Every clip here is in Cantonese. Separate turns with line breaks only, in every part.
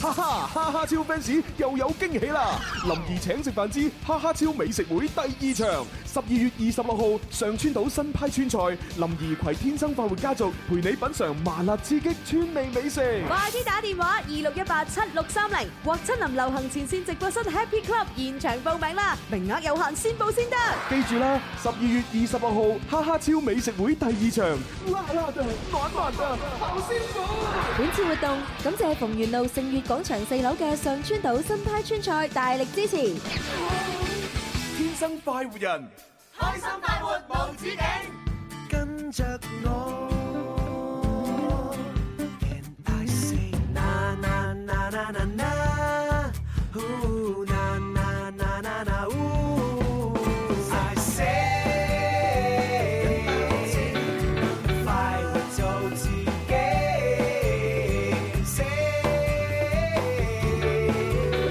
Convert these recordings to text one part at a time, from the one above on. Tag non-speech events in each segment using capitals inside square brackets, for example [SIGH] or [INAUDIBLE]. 哈哈哈哈超 fans 又有驚喜啦！林兒請食飯之哈哈超美食會第二場，十二月二十六號上川島新派川菜，林兒攜天生快活家族陪你品嚐麻辣刺激川味美食。
快啲打電話二六一八七六三零或親臨流行前線直播室 Happy Club 現場報名啦，名額有限，先報先得。
記住啦，十二月二十六號哈哈超美食會第二場，啦啦隊玩滑啊，頭先講。
本次活動感謝逢源路盛悅廣場四樓嘅上川島新派川菜大力支持。
天生快活人，
開心快活無止境，
跟着我。And I say na na na na na na, ooh na na na na na ooh. I say 快活做自己，say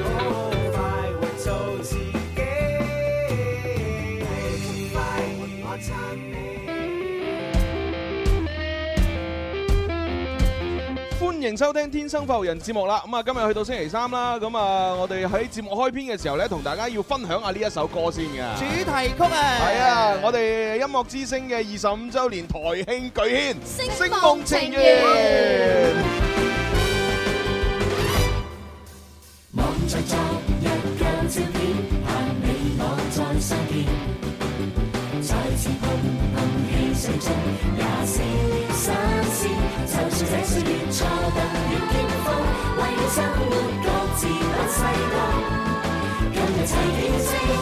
快活做自己，快活我撐
歡迎收聽《天生快活人》節目啦！咁啊，今日去到星期三啦，咁啊，我哋喺節目開篇嘅時候咧，同大家要分享下呢一首歌先嘅。
主題曲啊。
係啊，我哋音樂之星嘅二十五週年台慶巨獻，星夢情緣。
望着昨日舊照片，盼你我再相見。再次碰碰汽水樽，也是新鮮。就算這歲月錯得了巅峰，為了生活各自不細動。今日齊起聲，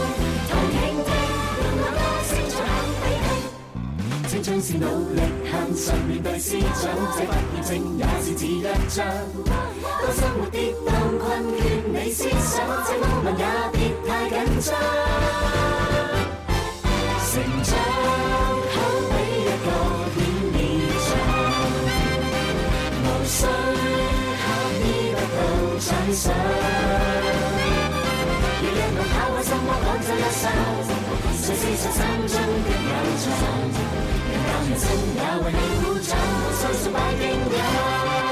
同聽聽，用我歌聲唱俾你聽。青春是努力向上面對思想，這份驗證也是紙一張。當生活跌宕困倦你思想，這 moment 也別太緊張。成長好比一個顯面像，無需刻意得到獎賞。要一路跑開心，我趕走一生，誰是實心中的偶像？人教人生也為你鼓掌，相信拜敬仰。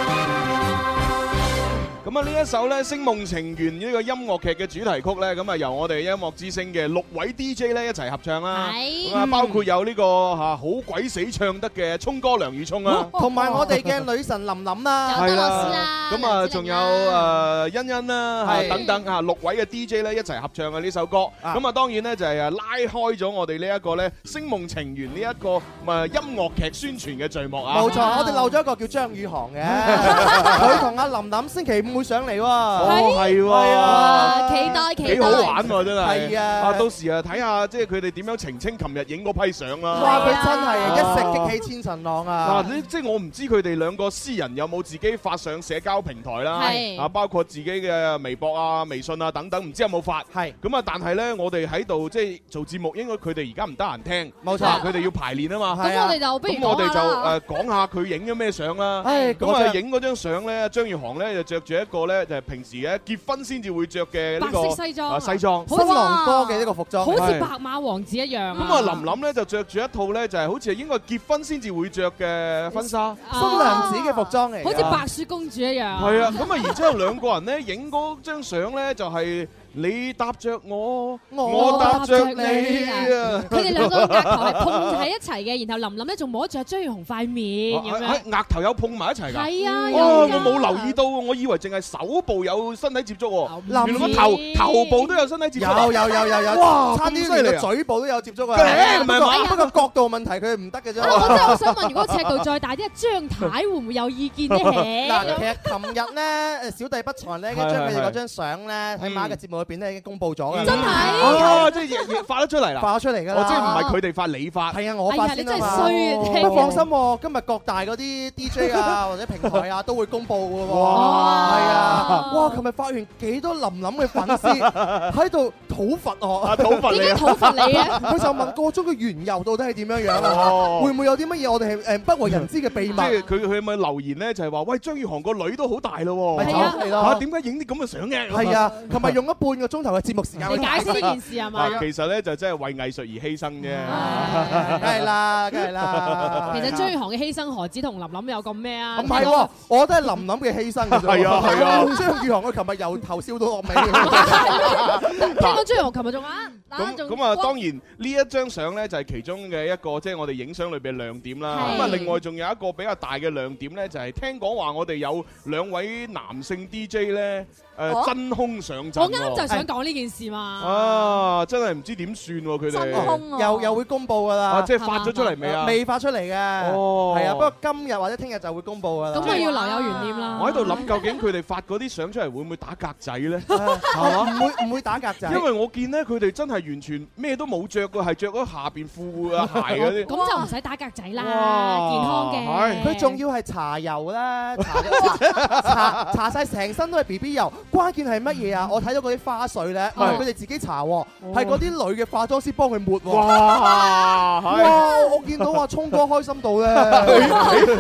咁啊，呢一首咧《星夢情緣》呢個音樂劇嘅主題曲咧，咁啊由我哋音樂之星嘅六位 DJ 咧一齊合唱啦。
係
咁啊，包括有呢個嚇好鬼死唱得嘅聰哥梁宇聰啦，
同埋我哋嘅女神琳琳啦。
係啦。咁啊，仲有誒欣欣啦，嚇
係
等等啊，六位嘅 DJ 咧一齊合唱嘅呢首歌。
À。
咁啊，當然咧就係誒拉開咗我哋呢一個咧《星夢情緣》呢一個誒音樂劇宣傳嘅序幕啊。
冇錯，
[LAUGHS]
我哋漏咗一個叫張宇航嘅。佢同阿琳琳星期五會上嚟喎。
哦，係
係啊。
喎，幾好玩喎，真係。
係啊
到時啊睇下即係佢哋點樣澄清琴日影嗰批相啦。
哇，佢真係啊，一石激起千層浪啊。
嗱，呢即係我唔知佢哋兩個私人有冇自己發上社交平台啦，
係
啊，包括自己嘅微博啊、微信啊等等，唔知有冇發。
係
咁啊，但係咧，我哋喺度即係做節目，應該佢哋而家唔得閒聽，冇
錯
佢哋要排練啊嘛。
係啊咁我哋就不如
咁我哋
講下啦
就誒講下佢影咗咩相啦。
唉
咁
嗰
啊，
張
影嗰張相咧，張宇航咧就着住一個咧就係平時嘅結婚先至會着嘅呢個
白色西裝啊
啊西裝，
好新郎哥嘅
呢個服裝
好似
係
白馬王子一樣啊！
嗯咁啊，琳琳咧就着住一套咧，就係好似係應該結婚先至會着嘅婚紗，
新娘子嘅服裝嚟㗎。
好似白雪公主一樣。
係啊，咁啊，然之後兩個人咧影嗰張相咧，就係你搭着我，我搭着你啊！
佢哋兩個額頭係碰喺一齊嘅，然後琳琳咧仲摸住阿張宇紅塊面咁
喺
樣。
喺額頭有碰埋一齊㗎。
係啊有
哦，
㗎
我冇留意到，我以為淨係手部有身體接觸喎，原來個頭
林
頭部都有身體接觸。
有有有有有，
哇，
差
咁
啲
犀利
連
啊
個嘴部都有接觸
嘅
啊！
唔係嘛
不過不過角度問題佢唔得嘅啫。
啊我真係好想問，如果尺度再大啲，張
[LAUGHS]
太會唔會有意見呢？
嗱，其實琴日 [LAUGHS] 咧，誒小弟不才咧，將佢哋嗰張相咧喺馬嘅節目裏邊咧已經公佈咗嘅。
真係
哦，即係亦亦發得出嚟啦，
發咗出嚟㗎啦
哦，即係唔係佢哋發，你發。
係啊，我發先啊嘛。
哎呀你真係衰啊聽
不過放心喎，今日各大嗰啲 DJ
[LAUGHS]
啊或者平台啊都會公佈嘅喎。
哇
係啊！哇，琴日發完幾多林林嘅
[LAUGHS]
粉絲喺度討伐我
啊，討伐你啊點解討伐 [LAUGHS] 你啊
佢就問個中嘅緣由到底係點樣樣啊
哦？
會唔會有啲乜嘢我哋係誒不為人知嘅秘
即
密？
係佢佢有咪留言咧，就係話喂張宇航個女都好大咯喎，
咪就係咯
嚇點解影啲咁嘅相嘅？
係啊，琴日用咗半個鐘頭嘅節目時間
你解釋呢件事係嘛
嗱其實咧就真係為藝術而犧牲啫。
梗係啦，梗係啦。
其實張宇航嘅犧牲何止同琳琳有咁咩啊？ [LAUGHS]
唔係喎，我覺得係琳琳嘅犧牲嘅啫。
係啊係啊
即 [LAUGHS] 張宇航佢琴日由頭笑到
[LAUGHS]
落尾，
聽講張紅琴日仲啊，
咁
仲
咁
光
啊，當然呢一張相咧就係其中嘅一個，即係我哋影相裏邊嘅亮點啦。
係
咁啊，另外仲有一個比較大嘅亮點咧，就係聽講話我哋有兩位男性 DJ 咧，
哦
誒真空上陣
我啱就
喎。
想講呢件事嘛。
啊，真係唔知點算喎佢哋。
啊
又又會公佈㗎
啊，
啦呃
即，係發咗出嚟未啊？
未發出嚟嘅，
哦
係啊，不過今日或者聽日就會公佈㗎啦。
咁我要留有懸念啦。
我喺度諗，究竟佢哋發嗰啲相出嚟會唔會打格仔
[LAUGHS]
咧？
啊唔會唔會打格仔，
因為我見咧佢哋真係完全咩都冇着嘅，係着咗下邊褲啊鞋
[LAUGHS]
嗰啲。
咁就唔使打格仔啦，
哇
健康嘅。
係
佢仲要係搽油啦，搽搽搽晒成身都係 B B 油。關鍵係乜
嗯
嘢啊？我睇到嗰啲花絮咧，唔係佢哋自己搽
哦
喎，係嗰啲女嘅化妝師幫佢抹喎。
哇！係
哇！我見到阿聰哥開心到
[LAUGHS]
咧，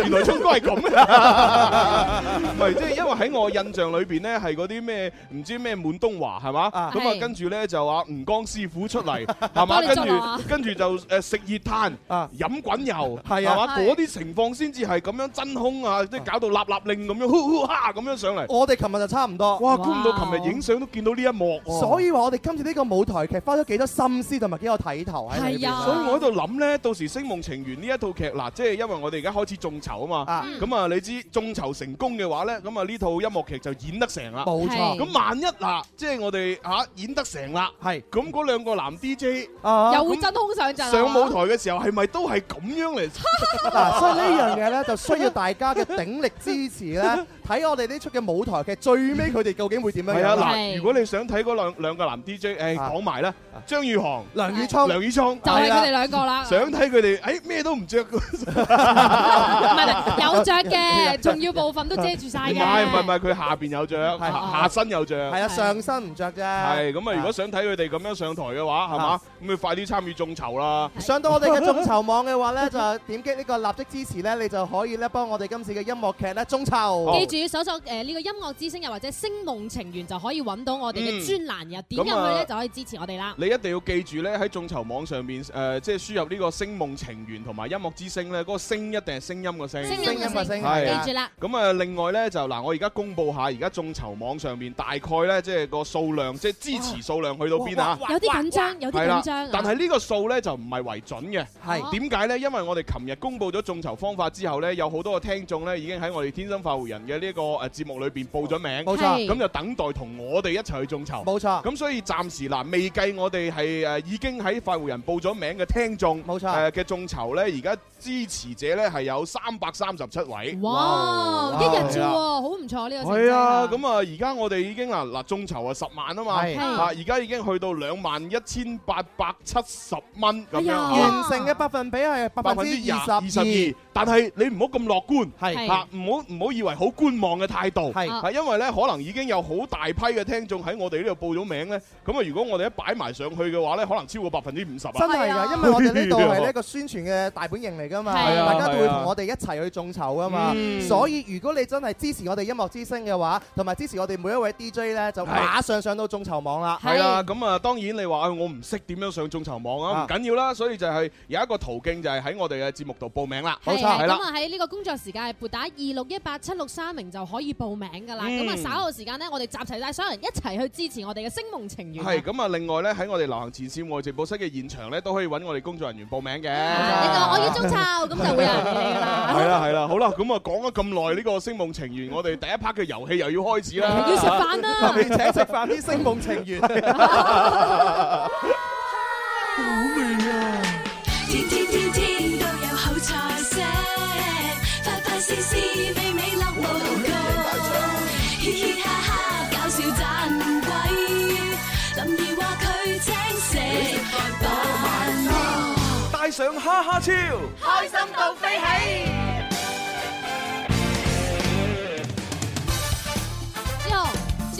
原來聰哥係咁啊！ [LAUGHS] 唔係，即係因為喺我印象裏邊咧，係嗰啲咩唔知咩滿東華係嘛？
啊
咁啊
係，
跟住咧就話吳江師傅出
[LAUGHS]
嚟係嘛？
幫你
跟
捽啊
住跟住就誒食熱炭
啊、
飲滾油
係啊
係嘛？嗰啲情況先至係咁樣真空啊，即係搞到立立令咁樣，呼呼哈咁樣上嚟。
我哋琴日就差唔多。
哇！估唔到琴日影相都見到呢一幕喎。
所以話我哋今次呢個舞台劇花咗幾多心思同埋幾有睇頭喺裏邊
係啊
所以我喺度諗呢，到時《星夢情緣》呢一套劇嗱，即係因為我哋而家開始眾籌啊嘛，
啊，
咁啊你知眾籌成功嘅話呢，咁啊呢套音樂劇就演得成啦。
冇
係
錯，
咁萬一嗱，即係我哋嚇演得成啦，
係
咁嗰兩個男 DJ
啊。
又會真空上陣啊。
上舞台嘅時候係咪都係咁樣嚟？
嗱，所以呢樣嘢咧就需要大家嘅鼎力支持咧，
[LAUGHS]
睇我哋呢出嘅舞台劇最尾佢哋究竟會點樣
係
樣
啊，
啦？
係
嗱，如果你想睇嗰兩兩個男 DJ，誒
啊
講埋啦，張宇航、
梁宇聰。
梁宇聰，
就係佢哋兩個啦。
想睇佢哋誒咩都唔着嘅。
唔係唔係有着
[LAUGHS]
嘅，重要部分都遮住晒
啊唔
嘅。
係唔係唔係，佢下邊有着，
係
下下身有着。
係啊，上身唔着啫。
係咁啊！如果想睇佢哋咁樣上台嘅話，係嘛
啊？
咁你快啲參與眾籌啦！
上到
[LAUGHS]
我哋嘅眾籌網嘅話咧，就點擊呢個立即支持咧，你就可以咧幫我哋今次嘅音樂劇咧眾籌。
記住搜索誒呢個音樂之聲又或者星夢情緣就可以揾到我哋嘅專欄，然後點入
咁
去
嗯啊
咧就可以支持我哋啦。
你一定要記住咧，喺眾籌網上面誒、呃即係輸入呢個星夢情緣同埋音樂之聲咧，嗰、個星一定係聲音嘅聲。
聲
聲
音
音
嘅
嘅
聲，
聲
係
記
啊
住啦。
咁啊，另外咧就嗱，我而家公佈下，而家眾籌網上面大概咧，即係個數量，即係支持數量去到邊啊？
有啲緊張，有啲
係啦
緊張啊。
但係呢個數咧就唔係為準嘅。
哦
係
點解呢？因為我哋琴日公布咗眾籌方法之後呢，有好多嘅聽眾呢已經喺我哋天生快活人嘅呢個誒節目裏邊報咗名，
冇
係
錯，
咁就等待同我哋一齊去眾籌。
冇錯，
咁所以暫時嗱，未計我哋係誒已經喺快活人報咗名嘅聽眾，
冇錯
誒嘅眾籌呢，而家支持者呢係有三百三十七位。
哇！一日啫喎，好唔錯呢個成績。
係啊，咁啊，而家我哋已經嗱嗱眾籌啊十萬啊嘛，
係
啊而家已經去到兩萬一千八百七十蚊咁樣
哎呀
啊。
完成嘅百分比係百分之二十
22%
二，
但係你唔好咁樂觀。
係
係
嚇，唔好唔好以為好觀望嘅態度，
係
係因為咧可能已經有好大批嘅聽眾喺我哋呢度報咗名咧，咁啊如果我哋一擺埋上去嘅話咧，可能超過百分之五十啊
[LAUGHS] 真！係㗎，因為我
[LAUGHS]
哋呢度係呢個宣傳嘅大本營嚟㗎嘛，
係啊
大家都會同我哋一齊去眾籌㗎嘛，
嗯
所以如果你真係支持我哋音樂之聲嘅話，同埋支持我哋每一位 DJ 呢，就
係
馬上上到眾籌網啦。
係啦，咁啊當然你話啊我唔識點樣上眾籌網啊，
啊
唔緊要啦，所以就係有一個途徑就係喺我哋嘅節目度報名啦。
係
係
咁
啦，
啊喺呢個工作時間係撥打二六一八七六三零就可以報名㗎啦。
嗯
咁啊稍後時間呢，我哋集齊晒所有人一齊去支持我哋嘅星夢情緣啊。
係咁啊，另外咧喺我哋流行前線戶外直播室嘅現場咧，都可以揾我哋工作人員報名嘅。
啊你就話我要中籌，咁就會有人理你㗎啦。
係啦係啦，好啦，咁啊講咗咁耐呢個星夢情緣，我哋第一 part 嘅遊戲又要開始啦。
要食飯
[LAUGHS]
啦。
你請食飯啲星夢
[LAUGHS]
情緣。
天天天天都有好菜色，快快事事美美樂無窮，嘻嘻哈哈搞笑盞鬼，林兒話佢請食飯咯。
帶上哈哈超，
開心到飛起。
朱紅，朱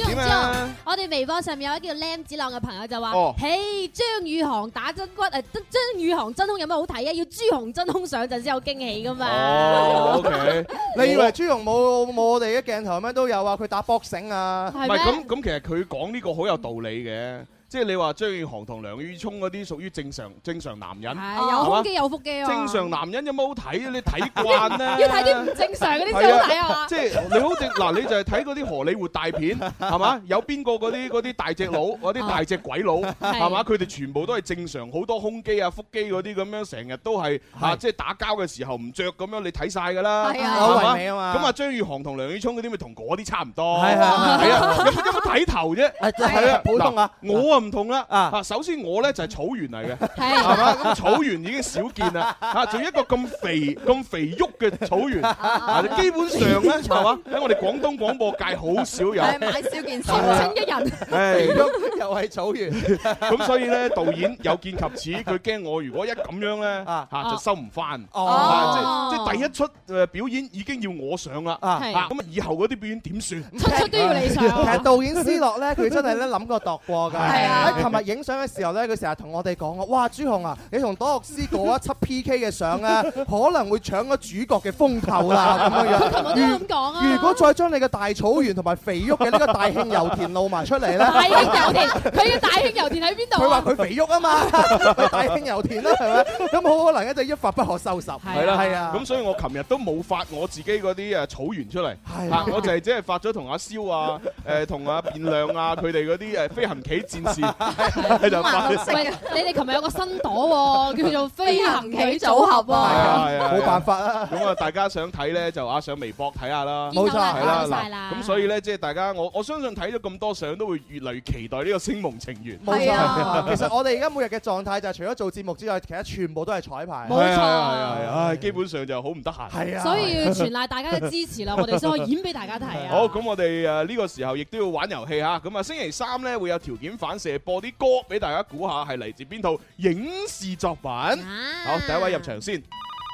紅，
點
朱
啊
紅，我哋微博上面有一個叫 Lam 子朗嘅朋友就話：，
哦
嘿，張宇航打真骨，誒，張宇航真空有乜好睇啊？要朱紅真空上陣先有驚喜噶嘛。
哦，OK，
你以為朱紅冇冇我哋嘅鏡頭咩都有啊？佢打 boxing 啊，
唔
係
係
咩？
咁咁，其實佢講呢個好有道理嘅。即係你話張宇航同梁宇聰嗰啲屬於正常正常男人，
係有
係嘛
胸肌有腹肌啊！
正常男人有冇好睇啊？你睇慣咧，
[LAUGHS] 要睇啲唔正常嗰啲先好睇啊嘛！
即係你好正嗱，你就係睇嗰啲荷里活大片係
[LAUGHS]
嘛？有邊個嗰啲嗰啲大隻佬、嗰
啊
啲大隻鬼佬係嘛？佢哋全部都係正常，好多胸肌啊、腹肌嗰啲咁樣，成日都係啊，即係打交嘅時候唔着咁樣，你睇晒㗎啦，
係啊
係
有唯美啊嘛
咁啊，張宇航同梁宇聰嗰啲咪同嗰啲差唔多，係
係係係
啊，有乜有乜睇頭
[LAUGHS]
啫？
係係啊普通啊
嗱我啊唔同啦
啊
啊，首先我咧就係草原嚟嘅。係
係
嘛？咁草原已經少見 [LAUGHS] 啦，嚇，仲有一個咁肥、咁肥沃嘅草原， [LAUGHS] 啊，基本上咧 [LAUGHS] 係嘛？喺我哋廣東廣播界好少有，
係買少件衫啊
天清一人，
唉，
[LAUGHS] 又係草原，
咁所以咧導演有見及此，佢驚我如果一咁樣咧
啊
嚇就收唔翻，啊
哦
即即第一出誒表演已經要我上啦，
啊。
係
嚇咁啊以後嗰啲表演點算？
出出都要你上
[LAUGHS] 其實
啊。
導演思樂咧，佢真係咧諗過度過
[LAUGHS]
㗎。
係啊
喺琴日影相嘅時候咧，佢成日同我哋講啊，哇，朱紅啊，你同朵樂啊斯嗰一輯 PK 嘅相咧，
[LAUGHS]
可能會搶咗主角嘅風頭啦咁樣
佢琴日
樣
都。咁講啊。
如如果再將你嘅大草原同埋肥沃嘅呢個大慶油田露埋出嚟咧，
大
啊
興油田，佢嘅大興油田喺邊度
佢話
啊？
佢肥沃啊嘛， [LAUGHS] 佢大慶油田啦， [LAUGHS] 係咪？咁好可能咧就一發不可收拾。係
啦
係啊
咁。所以我琴日都冇發我自己嗰啲誒草原出嚟，
係
啊我就係即係發咗同阿蕭啊、誒同阿變亮啊佢哋嗰啲誒飛行棋戰士，係就
啊
發。
啊
喂，你哋琴日有個新朵喎，叫做飛行棋組合
係
喎。
啊係啊，
冇
法。
辦法啊！
咁啊，大家想睇咧就啊上微博睇下啦。
冇錯
係啦，
見到啦
嗱，咁所以咧，即係大家，我我相信睇咗咁多相，都會越嚟越期待呢個星夢情緣。
冇
係啊
錯，其實我哋而家每日嘅狀態就係除咗做節目之外，其實全部都係彩排。
冇錯
係啊係啊係啊，唉基本上就好唔得閒。
係啊，
所以要全賴大家嘅支持啦，我哋先可以演俾大家睇啊。
好，咁我哋誒呢個時候亦都要玩遊戲嚇，咁啊星期三咧會有條件反射播啲歌俾大家估下係嚟自邊套影視作品。
啊
好，第一位入場先，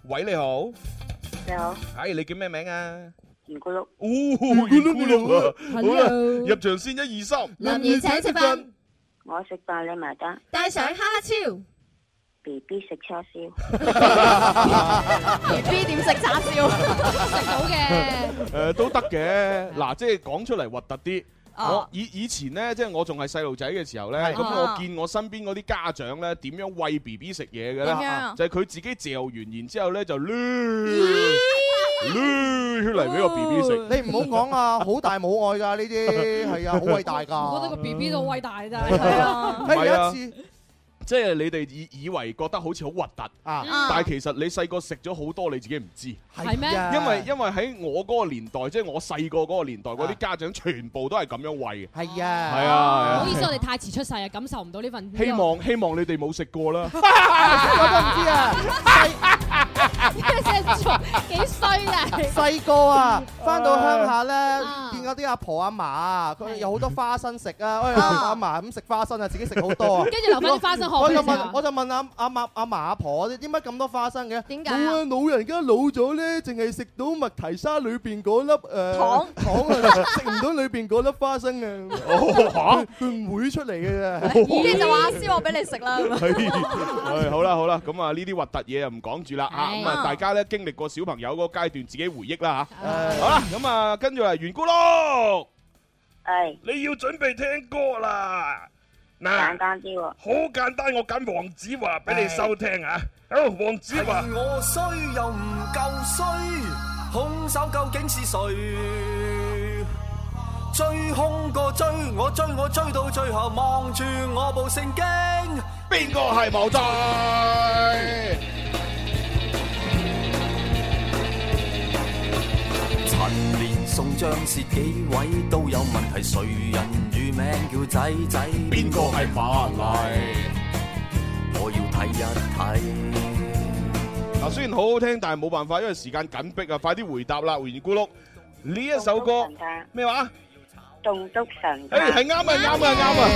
喂你好，
你好，
唉你叫咩名啊？
圓咕碌，
哦，圓咕碌啊，好啦，
Hello
入場先一二三，
林怡請食飯，
我食飯你埋單
帶上蝦超
，B B 食叉燒，
，B B 點食叉燒？
食到嘅，
誒都得嘅，嗱即係講出嚟核突啲。我以以前咧，即係我仲係細路仔嘅時候咧，咁我
啊
見我身邊嗰啲家長咧點樣喂 B B 食嘢嘅咧
點樣啊，
就係佢自己嚼完，然之後咧就攣攣出嚟俾個 B B 食。
哦你唔好講啊，好大母愛㗎呢
[LAUGHS]
啲，係啊，好偉大
[LAUGHS] 我覺得個
㗎。
B B 都好偉大真係啊！
係
睇
啊
哎有一次
即係你哋以以為覺得好似好核突，
啊，
嗯
但係其實你細個食咗好多你自己唔知，
係咩
啊
因為因為喺我嗰個年代，即係我細個嗰個年代，嗰啲家長全部都係咁樣喂嘅。
係
係
啊，
唔
啊
好意
係
思，
啊，
我哋太遲出世啊，感受唔到呢份。
希望希望你哋冇食過啦。
我都唔知
[LAUGHS]
啊。
幾衰啊！
細個
[LAUGHS]
啊，翻到鄉下咧
啊，
見嗰啲阿婆阿嫲啊，佢
係
有好多花生食啊，喂阿嫲咁食花生啊，自己食好多啊。
跟住留翻啲花生殼
我
俾
就
你食
問，
啊
我就問阿阿嫲阿嫲阿婆，你點解咁多花生嘅？
點解
冇
啊
啊，老人家老咗咧，淨係食到麥提沙裏邊嗰粒誒
糖
糖
[LAUGHS]
啊，食唔到裏邊嗰粒花生啊。
哦
佢唔會出嚟嘅啫。
嚇
跟住就話燒我俾你食啦。咁啊
係好啦好啦，咁啊呢啲核突嘢就唔講住啦啊！
係
咁啊大家咧經歷過小朋友嗰個階段，自己回憶啦吓。
誒
好啦，咁啊跟住啊，袁咕碌，
係
你要準備聽歌啦。
簡，單啲喎，
好簡單，我揀黃子華俾
你收
聽啊。好，黃子
係我衰又唔夠衰，兇手究竟是誰？追兇個追我追我追到最後，望住我部聖經。
邊個係無罪？
陳年宋張薛幾位都
[LAUGHS]
有問題，誰人與名叫仔仔？
邊個係法例？
我要睇一睇。
嗱，雖然好好聽，但係冇辦法，因為時間緊迫啊！快啲回答啦，圓咕碌呢一首歌
棟篤神探
咩話？
棟篤
誒，
神探
係，啱啊，啱啊，啱啊！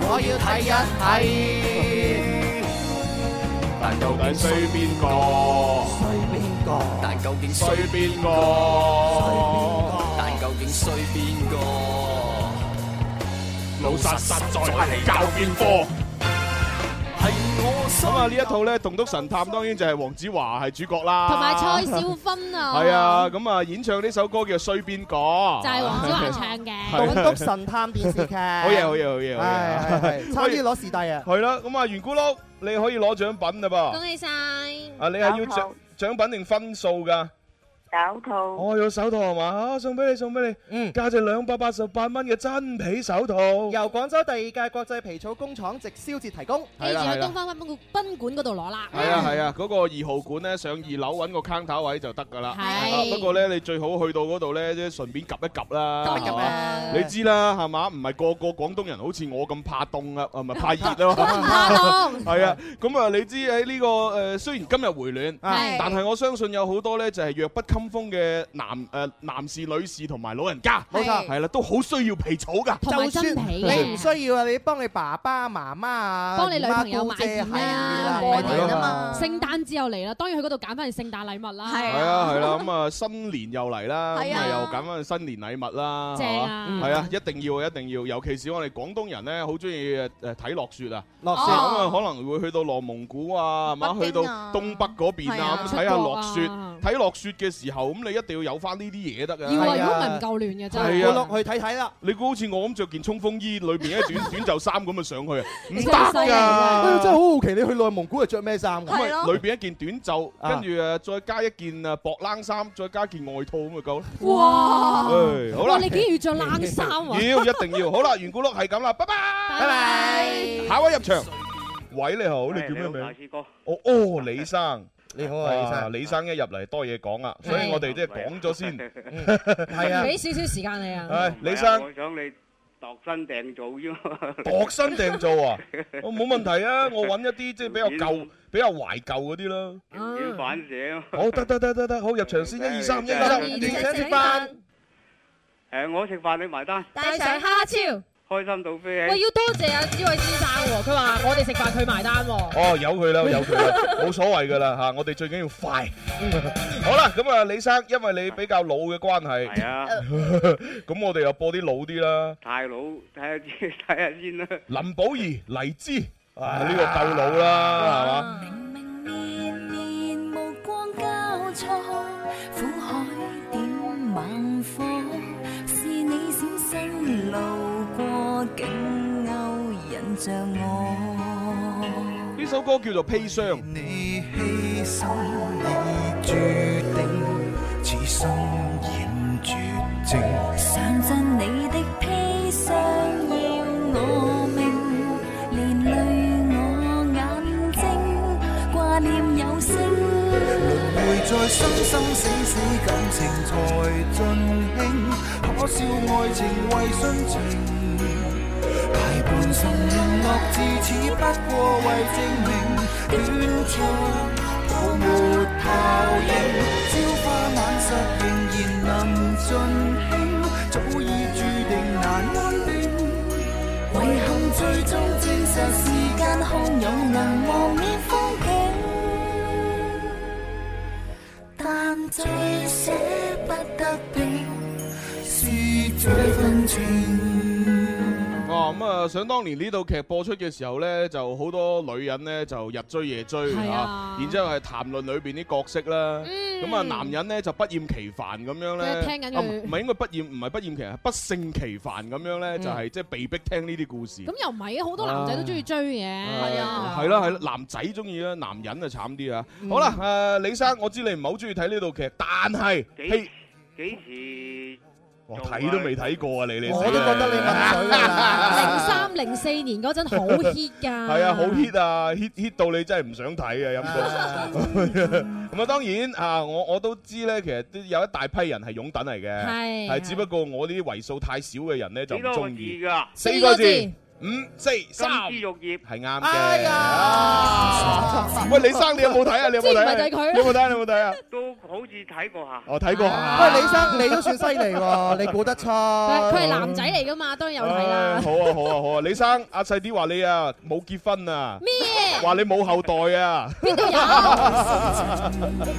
我要睇一睇，
但究
但
竟
衰
誰
邊個？
衰邊個？
但究竟
衰
誰？
邊個？
但究竟衰邊個？
老實實在係教邊科？
係
咁啊呢一套咧《棟篤神探》當然就係黃子華係主角啦，
同埋蔡少芬啊，
係啊，咁啊演唱呢首歌叫《衰邊個》，
就係黃子華唱
[LAUGHS]
嘅。
係
棟篤神探電視劇，
[LAUGHS] 好嘢，好嘢，好嘢，好
係係係
嘢，
差啲攞視帝啊！
係啦，咁啊，圓咕碌，你可以攞獎品啦噃。
喜晒！
啊，你係要獎獎品定分數㗎？
手套，
哦，有手套係嘛？啊，送俾你，送俾你。
嗯，
價值兩百八十八蚊嘅真皮手套。
由廣州第二屆國際皮草工廠直銷節提供。
記住
係啦係
去
啦
東方賓館賓館嗰度攞啦。
係啊係啊，嗰個二號館咧，上二樓揾個 counter 位就得㗎啦。
係
啊不過咧，你最好去到嗰度咧，即係順便 𥄫 一 𥄫 啦。
得㗎
啊
咩？
你知啦，係嘛？唔係個個廣東人好似我咁怕
[LAUGHS]
凍啊，啊唔係怕 [LAUGHS] 熱啊嘛。
怕凍
係啊，咁啊，你知喺呢個誒，雖然今日回暖，
係
但係我相信有好多咧就係弱不禁風嘅男誒男士、女士同埋老人家，
冇錯
係啦，都好需要皮草㗎。
同埋真皮嘅
你唔需要啊！你幫你爸爸媽媽啊，
幫你女朋友
姨媽
買
姑姐
件啦，
係
過年啊嘛
聖誕之後嚟啦，當然去嗰度揀翻件聖誕禮物啦。
係啊係啦，咁啊新年又嚟啦，咁啊又揀翻新年禮物啦，
正
係
啊
嘛？係
Ừ.
啊，一定要啊一定要，尤其是我哋廣東人咧，好中意誒誒睇落雪啊。
落
咁
雪
哦
啊，可能會去到內蒙古啊，係嘛？去到東北嗰邊啊，
係啊
咁睇下
出國
落
啊
雪，睇落雪嘅時候，咁你一定要有翻呢啲嘢得㗎。
要啊，
係
如
啊
果唔係唔夠亂嘅真
係
係。
啊
過落去睇睇啦。
你估好似我咁着件衝鋒衣，裏
[LAUGHS]
邊一短短袖衫咁啊上去啊，唔
你真係
得
犀利啊
哎呀
㗎。
真係好好奇，你去內蒙古係着咩衫㗎？
咁啊，裏邊一件短袖，
啊
跟住誒再加一件誒薄冷衫，再加件外套咁咪夠啦。
哇！
唉好啦
哇，你竟然要着冷衫啊！
要一定要。好啦，圓咕碌係咁啦，拜拜。
拜拜。
下位入場，喂，你好，你叫咩名？哦哦，李生。
你好
啊，李生一入嚟多嘢講啊，所以我哋即係講咗先。
係啊，
少少時間你啊，
唉，李生度身訂造啊，我冇問題啊，我揾一啲即係比較舊、比較懷舊嗰啲啦。好，得得得得得，好入場先，一二三，一二三，
一
敬
二三
請食飯。
帶上蝦超。喂，要多謝阿呢位先生喎，佢話我哋食飯佢埋單喎。
哦，有佢啦，有佢啦，冇所謂噶啦嚇，我哋最緊要快。 [LAUGHS] 好啦，咁啊，李生，因為你比較老嘅關係， [LAUGHS] 咁我哋又播啲老啲啦，林保怡、黎姿，啊呢個夠老啦，係嘛？
明明年年目光交錯，苦海點猛火，是你閃身路過，竟勾引着我。
呢首歌叫做《砒霜》。
你犧牲已注定，此生染絕症。
上陣你的披上要我命，連累我眼睛掛念有星。
輪迴在生生死死，感情才盡興。可笑愛情為殉情，大半生樂至此不過為證明，短暫泡沫效應，朝花晚實仍然能盡興，早已注定難安定。
遺憾最終證實時間汹湧，能磨滅風景，但最捨不得的是這份情。
哦，咁啊，想當年呢套劇播出嘅時候呢，就好多女人呢就日追夜追
係啊
然之後係談論裏邊啲角色啦。咁啊，男人呢就不厭其煩咁樣呢，
即係聽緊佢
啊唔唔係應該不厭，唔係不厭其煩，係不勝其煩咁樣呢，就係即係被逼聽呢啲故事。
咁又唔係嘅，好多男仔都中意追嘅。係啊，
係啦係啦，男仔中意啦，男人就慘啲啊。好啦，誒李生，我知你唔係好中意睇呢套劇，但係嘿哇睇都未睇過啊，你你
我都覺得你問水㗎
[LAUGHS]
啦。
零三零四年嗰陣好 hit 㗎。
啊係啊，好 hit 啊，hit hit 到你真係唔想睇啊，陰公。 [LAUGHS] 咁啊，當然啊，我我都知咧，其實都有一大批人係擁趸嚟嘅，
係
係只不過我呢啲為數太少嘅人咧就唔中意。四
四
個
個
字
字，
五四三，係啱
哎
嘅。
呀，
[LAUGHS] 喂，李生，你有冇睇啊？你有冇睇
之前咪
啊？
就係佢咯
你有冇睇啊？你有冇睇啊？我睇過啊。
喂，李生你都算犀利喎，你估得出？
佢佢係男仔嚟㗎嘛，當然有睇
唉
啦。
好啊啊好啊好啊！李生，阿細啲話你啊冇結婚啊，
咩？
話你冇後代啊。
邊度有？ [LAUGHS]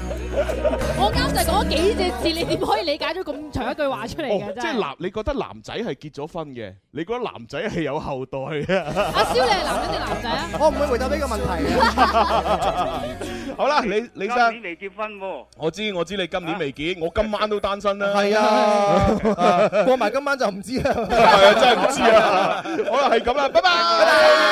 我啱就講咗幾隻字，你點可以理解咗咁長一句話出嚟
哦
嘅？
即
真
係
係。
男，你覺得男仔係結咗婚嘅，你覺得男仔係有後代啊？
阿蕭，你係男人定男仔啊？
我唔會回答呢個問題啊嘅。
好啦，李李生，
未結婚喎，
我知我知你今年未結，我今晚都單身啦。
係啊，過埋今晚就唔知啦。
係啊， [LAUGHS] 真係唔知啊。好啦，係咁啦，拜拜。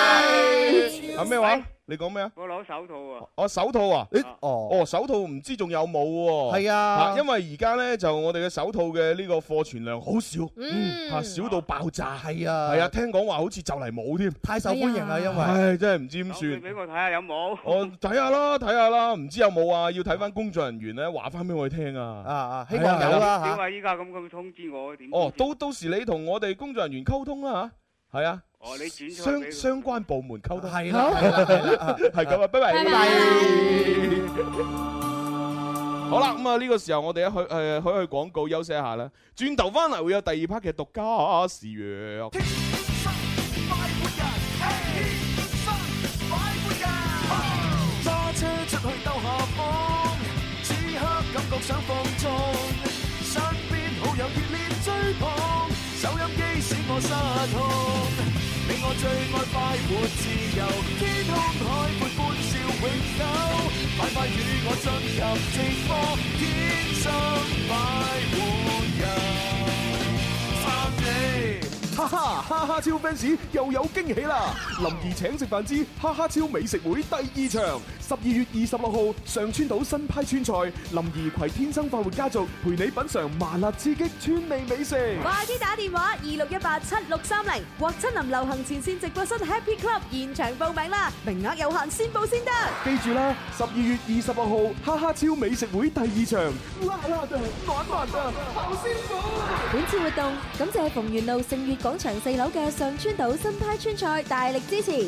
啊咩話？你講咩啊？
我攞手套啊。
我手套啊？
哦
哦，手套唔知仲有冇喎？
係啊
因為而家咧就我哋嘅手套嘅呢個貨存量好少，
嗯
嚇少到爆炸。
係啊
係啊，聽講話好似就嚟冇添，
太
哎
受歡迎啦因為
唉，真係唔知點算。
俾我睇下有冇。
我睇下啦，睇下啦，唔知有冇啊？要睇翻工作人員咧，話翻俾我哋聽啊！
啊啊希
係啊
點解依家咁咁通知我點？
哦，到到時你同我哋工作人員溝通啦嚇，係啊，
哦，你轉出去俾佢
相相關部門溝通係
啦係啦係
啦，係咁啊，拜拜。 [LAUGHS] 好啦，咁啊呢個時候我哋一去誒去一去廣告休息一下啦，轉頭翻嚟會有第二 part 嘅獨家時約。
揸車出去
啊
兜下風，此刻感覺想放縱，身邊好友熱烈追捧，收音機使我失控。你我最愛快活自由，天空海闊歡笑永久，快快與我進入直播，天生快活人，生你。
哈哈哈哈超 fans 又有驚喜啦！林兒請食飯之哈哈超美食會第二場，十二月二十六號上川島新派川菜，林兒攜天生快活家族陪你品嚐麻辣刺激川味美食。
快啲打電話二六一八七六三零或親臨流行前線直播室 Happy Club 現場報名啦，名額有限，先報先得。
記住啦，十二月二十六號哈哈超美食會第二場。
啦啦隊，玩滑啊，跑先鋒。
本次活動感謝逢源路盛悦廣場四樓嘅上川島新派川菜大力支持。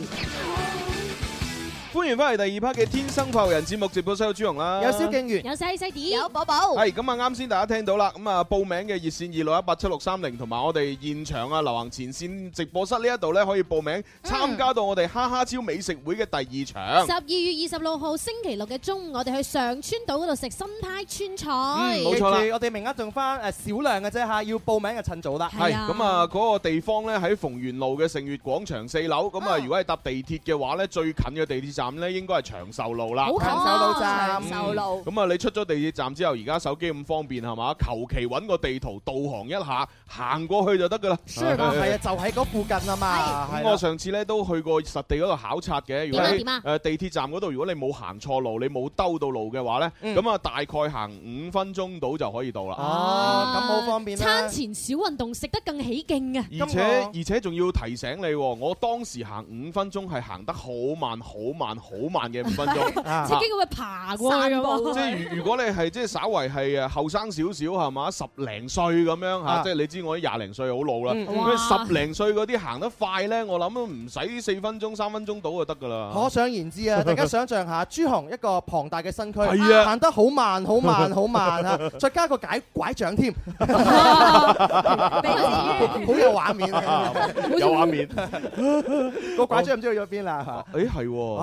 歡迎翻嚟第二 part 嘅《天生快活人》節目直播室有朱紅啦，
有蕭敬元
有細細啲，
有寶寶，
系咁啊！啱先大家聽到啦，咁啊報名嘅熱線二六一八七六三零，同埋我哋現場啊流行前線直播室呢一度呢，可以報名參加到我哋哈哈超美食會嘅第二
十
場。
二月二十六號星期六嘅中午，我哋去上川島嗰度食新派川菜。
嗯冇錯啦
記住我哋名額仲翻誒少量嘅啫嚇，要報名就趁早啦。
係咁啊！嗰個地方呢，喺逢源路嘅盛悦廣場四樓。咁啊，如果係搭地鐵嘅話呢，最近嘅地鐵站呢，應該係長壽路啦。
好近啊長壽路站
嗯
長壽路
咁啊，你出咗地鐵站之後，而家手機咁方便係嘛？求其揾個地圖導航一下，行過去就得噶啦。
係啊，就喺嗰附近啊嘛。係
咁
啦
我上次咧都去過實地嗰度考察嘅。如果
點啊
喺
點啊
誒地鐵站嗰度，如果你冇行錯路，你冇兜到路嘅話咧，
嗯
咁啊大概行五分鐘到就可以到啦。
哦，咁好方便啦。
啊餐前小運動食得更起勁啊！
而且而且仲要提醒你喎，我當時行五分鐘係行得好慢、好慢、好慢嘅五分鐘。
[LAUGHS]
啊
曾經咁嘅爬過去㗎
啊
喎
即係如如果你係即係稍為係誒後生少少係嘛，十零歲咁樣嚇，
啊
即係你知我啲廿零歲好老啦。
嗯
咁
哇
十零歲嗰啲行得快咧，我諗都唔使四分鐘、三分鐘到就得㗎啦。
可想而
[LAUGHS]
知啊！大家想象下，朱紅一個龐大嘅身軀，
係啊
行得好慢、
[LAUGHS]
好慢、好慢啊！再加個解拐杖添，好有畫面
[LAUGHS]
啊！
有畫面。
個拐杖唔知去咗
[LAUGHS]
邊啦？
誒係喎，係喎，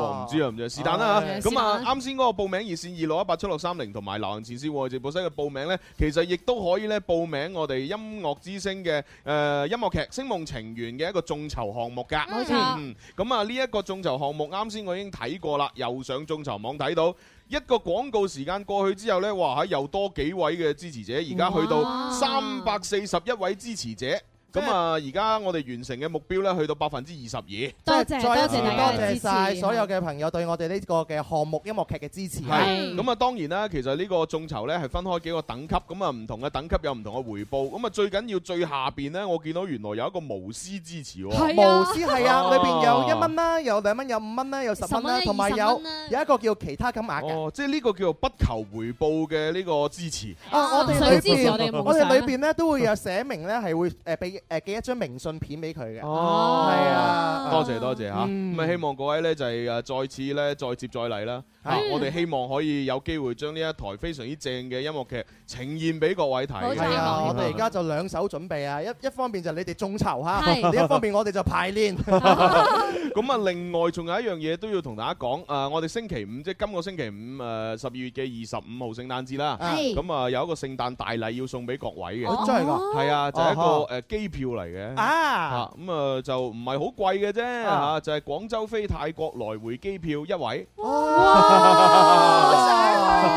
啊
唔知啊唔知啊，是但啦
係
嚇咁啊
是，
啱先嗰個報名熱線二六一八七六三零同埋流行前線戶外直播室嘅報名呢，其實亦都可以咧報名我哋音樂之聲嘅誒音樂劇《星夢情緣》嘅一個眾籌項目㗎。
冇錯
嗯咁啊，呢一個眾籌項目啱先我已經睇過啦，又上眾籌網睇到。一個廣告時間過去之後呢，哇！又多幾位嘅支持者，而家去到
哇
三百四十一位支持者。咁啊，而家我哋完成嘅目標呢，去到百分之二十二。
真係再一次嗯多謝晒所有嘅朋友對我哋呢個嘅項目音樂劇嘅支持。
係咁啊，當然啦，其實呢個眾籌呢係分開幾個等級，咁啊唔同嘅等級有唔同嘅回報，咁啊最緊要最下邊呢，我見到原來有一個無私支持喎，
無私係啊，裏邊有一蚊啦，有兩蚊，有五蚊啦，有十蚊
十蚊
啦
啦，
同埋
二十
有
蚊啦
有一個叫其他金額嘅。
哦，即係呢個叫做不求回報嘅呢個支持。
啊！我哋
想
裏
支持我哋嘅夢
邊，
想
我哋裏邊咧都會有寫明咧係會誒俾誒寄一張明信片俾佢嘅。
哦
係啊，
多謝多謝嚇，
嗯
咁啊希望各位咧就係誒再次咧再接再厲啦，啊
嗯
我哋希望可以有機會將呢一台非常之正嘅音樂劇呈現俾各位睇。
係啊，我哋而家就兩手準備啊，一一方面就你哋眾籌嚇，
係
[LAUGHS] 另一方面我哋就
[LAUGHS]
排練。
咁啊，另外仲有一樣嘢都要同大家講，誒，我哋星期五即係今個星期五誒十二月嘅二十五號聖誕節啦，
係
咁啊有一個聖誕大禮要送俾各位
哦
嘅，
真係㗎
係啊，就係一
哦
個誒機票嚟嘅，
啊，
咁啊就唔係好貴嘅啫，
啊
嚇就係廣州飛泰國來回機票一位。 [LAUGHS]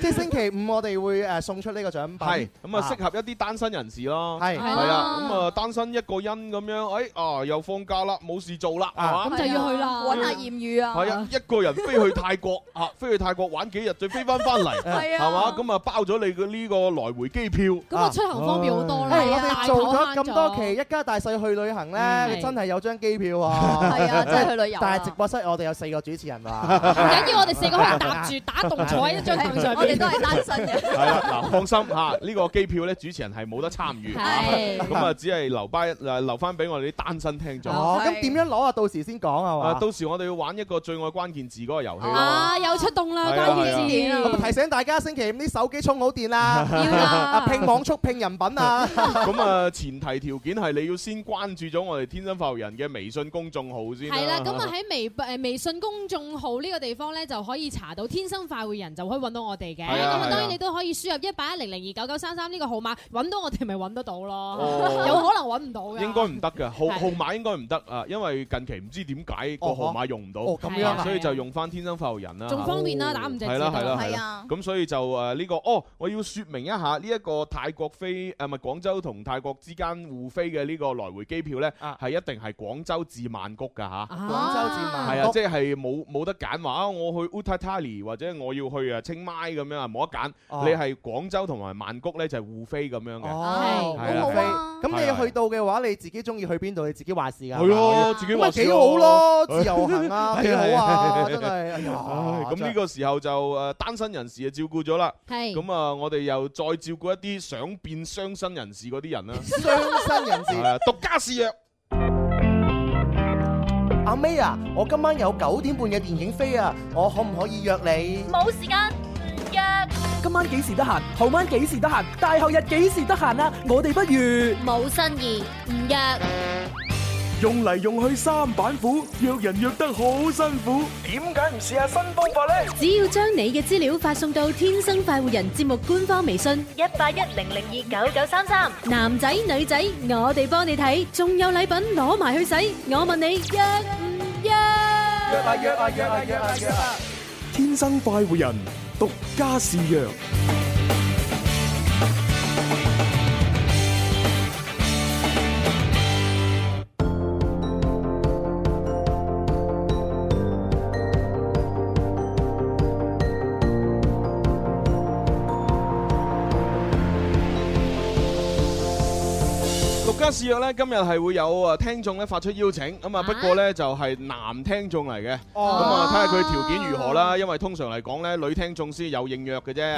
即係星期五我哋會誒送出呢個獎品。
係咁啊，
啊
適合一啲單身人士咯。
係
係啦，咁啊，單身一個人咁樣，哎啊，又放假啦，冇事做啦，係嘛？
咁就要去啦，揾下豔遇啊！
係啊，一個人飛去泰國啊，飛去泰國玩幾日，再飛翻翻嚟，
係啊
係嘛？咁啊，包咗你嘅呢個來回機票。咁
啊
啊，
出行
方便
好
多
誒，哎我哋做咗咁多期一家大細去旅行咧，
嗯
你真係有張機票喎。係
啊 [LAUGHS] 真係去旅遊啊
但係直播室我哋有四個主持人話，
唔緊要，我哋四個可能搭住打洞坐喺一張凳上面，
我哋都係
單身嘅。
係啦，嗱，放心嚇，呢個機票咧，主持人係冇得參與，
係
咁啊，只係留翻誒留翻俾我哋啲單身聽眾。
哦，咁點樣攞啊？到時先講啊
啊，
嘛。
到時我哋要玩一個最愛關鍵字嗰個遊戲咯。
啊，有出動啦，
係啊
關於字典
咁提醒大家星期五啲手機充好
[LAUGHS]
電啦，
要啦
啊拼網速拼人品啊，
[LAUGHS] 咁啊，前提條件係你要先關注咗我哋天生發育人嘅微信公眾號先。
係啦，咁啊喺微誒微信公眾號呢個地方咧，就可以查到天生快活人，就可以揾到我哋嘅。咁
係啊係
啊，
啊
當然你都可以輸入一八一零零二九九三三呢個號碼，揾到我哋咪揾得到咯
哦，
[LAUGHS] 有可能揾唔到嘅。
應該唔得嘅，號
係
號碼應該唔得啊，因為近期唔知點解個
哦
號碼用唔到，
哦咁樣啊
啊所以就用翻天生發育人啦。
仲方便啦打五隻字
係啦係啦係
係
啦
啊。
咁所以就誒呢個哦，我要説明一下呢一個泰國飛誒咪廣州同泰國之間互飛嘅呢個來回機票咧，
啊
係一定係廣州至曼谷㗎嚇。
廣州至曼
係
谷
啊，即係冇冇得揀話啊！我去 Uttatali 或者我要去啊清邁咁樣啊，冇得揀。
哦
你係廣州同埋曼谷咧就係互飛咁樣嘅。
哦，
係
好
啊
飛。咁你去到嘅話，你自己中意去邊度，你自己話事㗎。
係啊咯自己話事
啊咁咪幾好 [LAUGHS] 咯，自由行 [LAUGHS] 啊，幾好啊，真係。哎呀
唉咁呢個時候就誒單身人士就照顧咗啦。
係
咁啊，我哋又再照顧一啲想變雙身人士嗰啲人啦。
[LAUGHS] 雙身人士
係啊，獨家試約。
[LAUGHS] 阿 May 啊，我今晚有九點半嘅電影飛啊，我可唔可以約你？
冇時間唔約，
今晚幾時得閒？後晚幾時得閒？大後日幾時得閒啊？我哋不如
冇新意唔約，
用嚟用去三板斧，約人約得好辛苦，點解唔試下新方法呢？
只要將你嘅資料發送到《天生快活人》節目官方微信，
一八一零零二九九三三，
男仔女仔我哋幫你睇，仲有禮品攞埋去使。我問你約唔
約
約？
啊約啊約啊約啊約啊！天生快活人，獨家試約。
獨家試約咧，今日係會有啊聽眾咧發出邀請，咁啊不過咧就係男聽眾嚟嘅，咁啊睇下佢條件如何啦。因為通常嚟講咧，女聽眾先有應約嘅啫，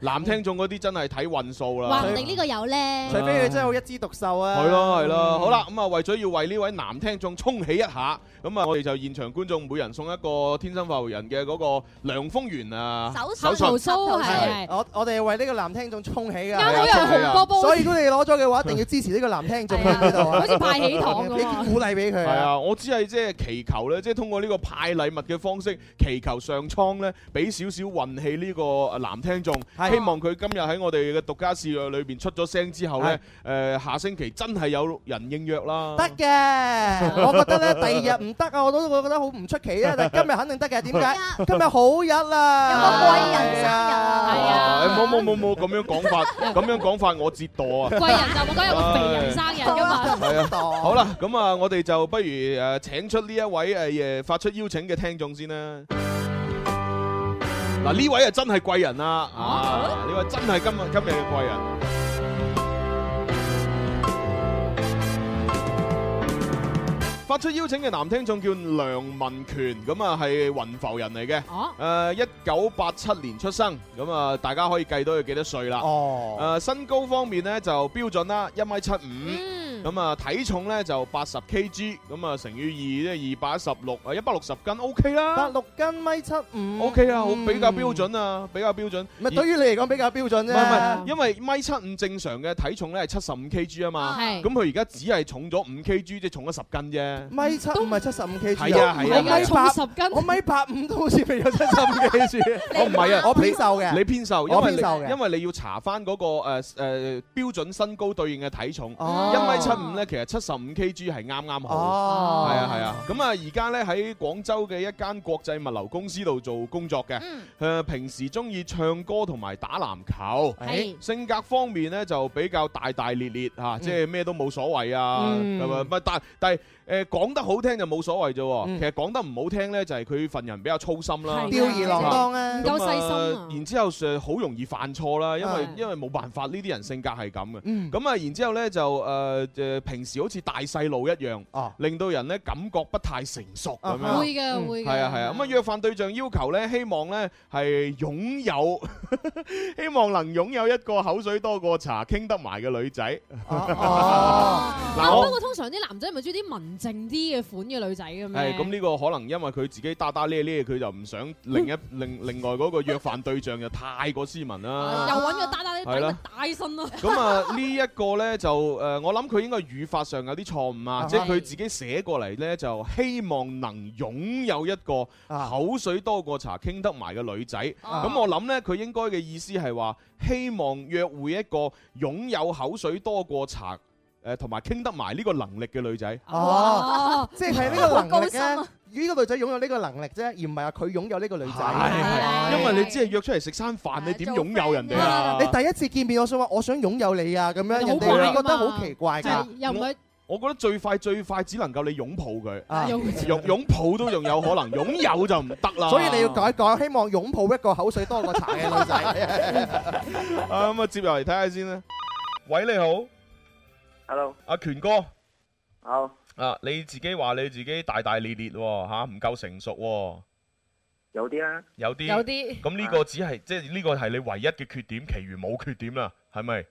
男聽眾嗰啲真係睇運數啦。
話唔定呢個有咧，
除非佢真係好一枝獨秀啊。
係咯係咯，好啦，咁啊為咗要為呢位男聽眾沖起一下，咁啊我哋就現場觀眾每人送一個天生發育人嘅嗰個梁風源啊
係我我哋為呢個男聽眾沖起㗎，
啱好有紅波波
啊所以如果你攞咗嘅話，一定要支持呢個男聽眾喺呢度啊，
好似派喜糖咁啊
俾啲鼓勵俾佢
係啊，我只係即係祈求咧，即係通過呢個派禮物嘅方式，祈求上蒼咧俾少少運氣呢個呃男聽眾，
係
希望佢今日喺我哋嘅獨家試約裏邊出咗聲之後咧，誒下星期真係有人應約啦。
得嘅，我覺得咧第二日唔得啊，我都我覺得好唔出奇啊，但係今日肯定得嘅，點解？今日好日啦，有個貴人生日
係啊，冇冇冇冇咁樣
[LAUGHS]
講法，咁樣講法我折墮啊！
貴人就冇講有個肥人生
[LAUGHS]
日噶嘛。
係啊，好啦，咁啊，我哋就不如誒請出呢一位誒誒發出邀請嘅聽眾先啦。嗱，呢位啊真係貴人啦，
哦
啊，呢位真係今日今日嘅貴人。發出邀請嘅男聽眾叫梁文權，咁啊係雲浮人嚟嘅。誒一九八七年出生，咁啊大家可以計到佢幾多歲啦。
哦。
誒身高方面呢，就標準啦，一米七五。嗯，咁啊體重咧就八十 kg，咁啊乘以二即係二百一十六啊，一百六十斤 OK 啦，
八六斤米七五
OK 啊，好比較標準啊，比較標準。
嗯咪對於你嚟講比較標準
唔係唔係，
啫。
因為米七五正常嘅體重咧係七十五 kg 啊嘛，
啊係
咁佢而家只係重咗五 kg，即係重咗十斤啫。
米七五咪七十五 K G，
係啊係啊
我米八
重
十斤，我米八五都好似未有七十五 K
[LAUGHS]
G。
我唔係啊，
我偏
你
瘦嘅，
你偏瘦，因
我
為
偏
你
瘦嘅，
因為你要查翻嗰個誒誒標準身高對應嘅體重，一
哦
米七五咧，其實七十五 kg 係啱啱
哦
好，係啊係啊。咁啊，而家咧喺廣州嘅一間國際物流公司度做工作嘅，誒平時中意唱歌同埋打籃球
係，
性格方面咧就比較大大咧咧嚇，即係咩都冇所謂啊，
嗯
咁啊唔係但但係誒講得好聽就冇所謂啫喎，其實講得唔好聽咧就係佢份人比較粗心啦，
吊兒郎當
咁
啊唔夠細心啊
然之後誒好容易犯錯啦，因為
係
因為冇辦法，呢啲人性格係咁嘅。
嗯
咁啊，然之後咧就誒誒平時好似大細路一樣，
啊
令到人咧感覺不太成熟咁樣。
會嘅
嗯
會嘅
係啊係啊。咁啊，約飯對象要求咧，希望咧係擁有， [LAUGHS] 希望能擁有一個口水多過茶傾得埋嘅女仔。
啊
但
嗱
不過通常啲男仔咪中意啲文靜啲嘅款嘅女仔嘅咩？
係咁呢個可能因為佢自己打打咧咧，佢就唔想另一另另外嗰個約飯對象就太過斯文啦。
啊
又揾個打打啲
係啦
打起身咯。 [LAUGHS]
咁啊，呢一個呢，就誒，呃我諗佢應該語法上有啲錯誤啊，
啊
即係佢自己寫過嚟呢，就希望能擁有一個口水多過茶傾得埋嘅女仔。
啊
咁我諗呢，佢應該嘅意思係話，希望約會一個擁有口水多過茶誒同埋傾得埋呢個能力嘅女仔。
哦，即係呢個能力
好高
咧，呢個女仔擁有呢個能力啫，而唔係話佢擁有呢個女仔。
因為你只係約出嚟食餐飯，你點擁有人哋啊？
你第一次見面，我想話我想擁有你啊，咁樣人哋會覺得好奇怪
即係
㗎。
又唔係
我覺得最快最快只能夠你擁抱佢，
啊
擁擁抱都仲有可
[LAUGHS]
能，擁有就唔得啦。
所以你
[LAUGHS]
要改一改，希望擁抱一個口水多過茶嘅女仔。
啊咁啊，接入嚟睇下先啦。喂，你好
，Hello，
阿權哥。
好，
啊，你自己話你自己大大咧咧喎，嚇唔夠成熟喎，
有啲啦，啊
有啲
有啲
咁呢個只係即係呢個係你唯一嘅缺點，其餘冇缺點啦，係咪？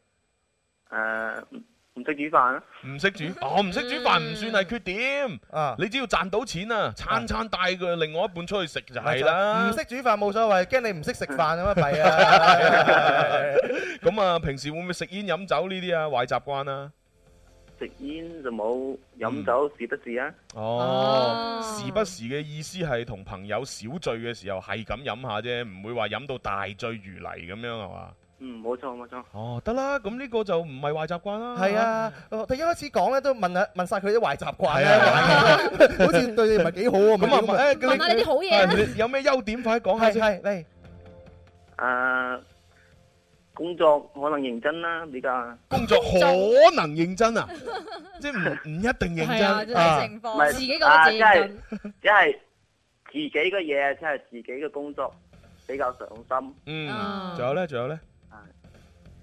誒，唔唔識煮飯啦，
唔識煮，我唔識煮飯唔算係缺點。你只要賺到錢嗯啊，餐餐帶佢另外一半出去食就係啦。
唔識煮飯冇所謂，驚你唔識食
[LAUGHS]
飯咁啊弊啊！
咁啊，平時會唔會食煙飲酒呢啲啊壞習慣啊？
食煙就冇，飲酒時不時啊，
哦，時不時嘅意思係同朋友小醉嘅時候係咁飲下啫，唔會話飲到大醉如泥咁樣係嘛？
嗯，冇錯冇錯，
哦，得啦，咁呢個就唔係壞習慣啦。
係啊，我哋一開始講咧都問下問曬佢啲壞習慣
係
咧，好似對你唔係幾好喎。
咁啊唔係誒你問下你啲好嘢啊係你有咩優點快講下先
係係，
誒，工作可能認真啦，比較
工作可能認真啊，即係唔唔一定認真
唔啊係啊即係即係自己嘅嘢，即係自己嘅工作比較上心，
嗯，仲有咧，仲有咧，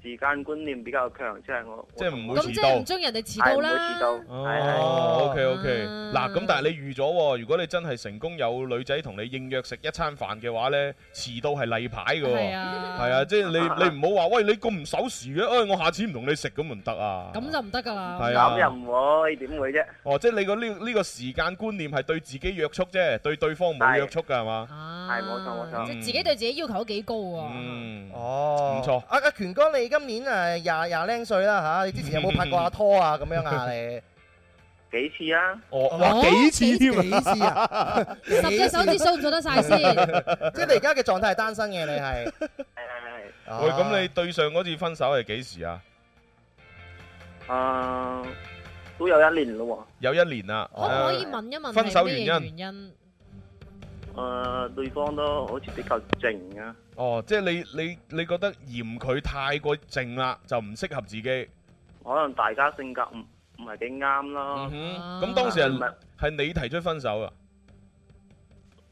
時間觀念比較強，即係我
即係唔會
咁即
遲
係唔
到。
中意人哋遲到
係唔會遲
啦。
到
哦，OK OK，嗱咁但係你預咗喎，如果你真係成功有女仔同你應約食一餐飯嘅話呢，遲到係例牌嘅喎，
係啊
係啊，即係你你唔好話喂你咁唔守時嘅，哎我下次唔同你食咁唔得啊，
咁就唔得㗎啦。
係啊
咁又唔會，點會啫？
哦，即係你個呢呢個時間觀念係對自己約束啫，對對方冇約束㗎係嘛？
係冇錯冇錯
啊即係自己對自己要求都幾高喎。
嗯，
哦，
唔錯。
阿阿權哥，你今年誒廿廿零歲啦嚇，你之前有冇拍過阿拖啊咁樣啊你？
幾次啊？
哦，
哇幾次
添
啊幾次啊？
十隻手指數唔數得晒先？
[LAUGHS] 即係你而家嘅狀態係單身嘅，你係
[LAUGHS] 喂，咁你對上嗰次分手係幾時啊？
啊，都有一年咯
有一年啊啦。
可唔可以問一問
分手
係咩
原因？
原因？
喎。誒，對方都好似比較靜啊。
哦，即係你你你覺得嫌佢太過靜啦，就唔適合自己。
可能大家嗯性格唔唔係幾啱咯。
啊
咁當時
唔
係
係
係你提出分手啊？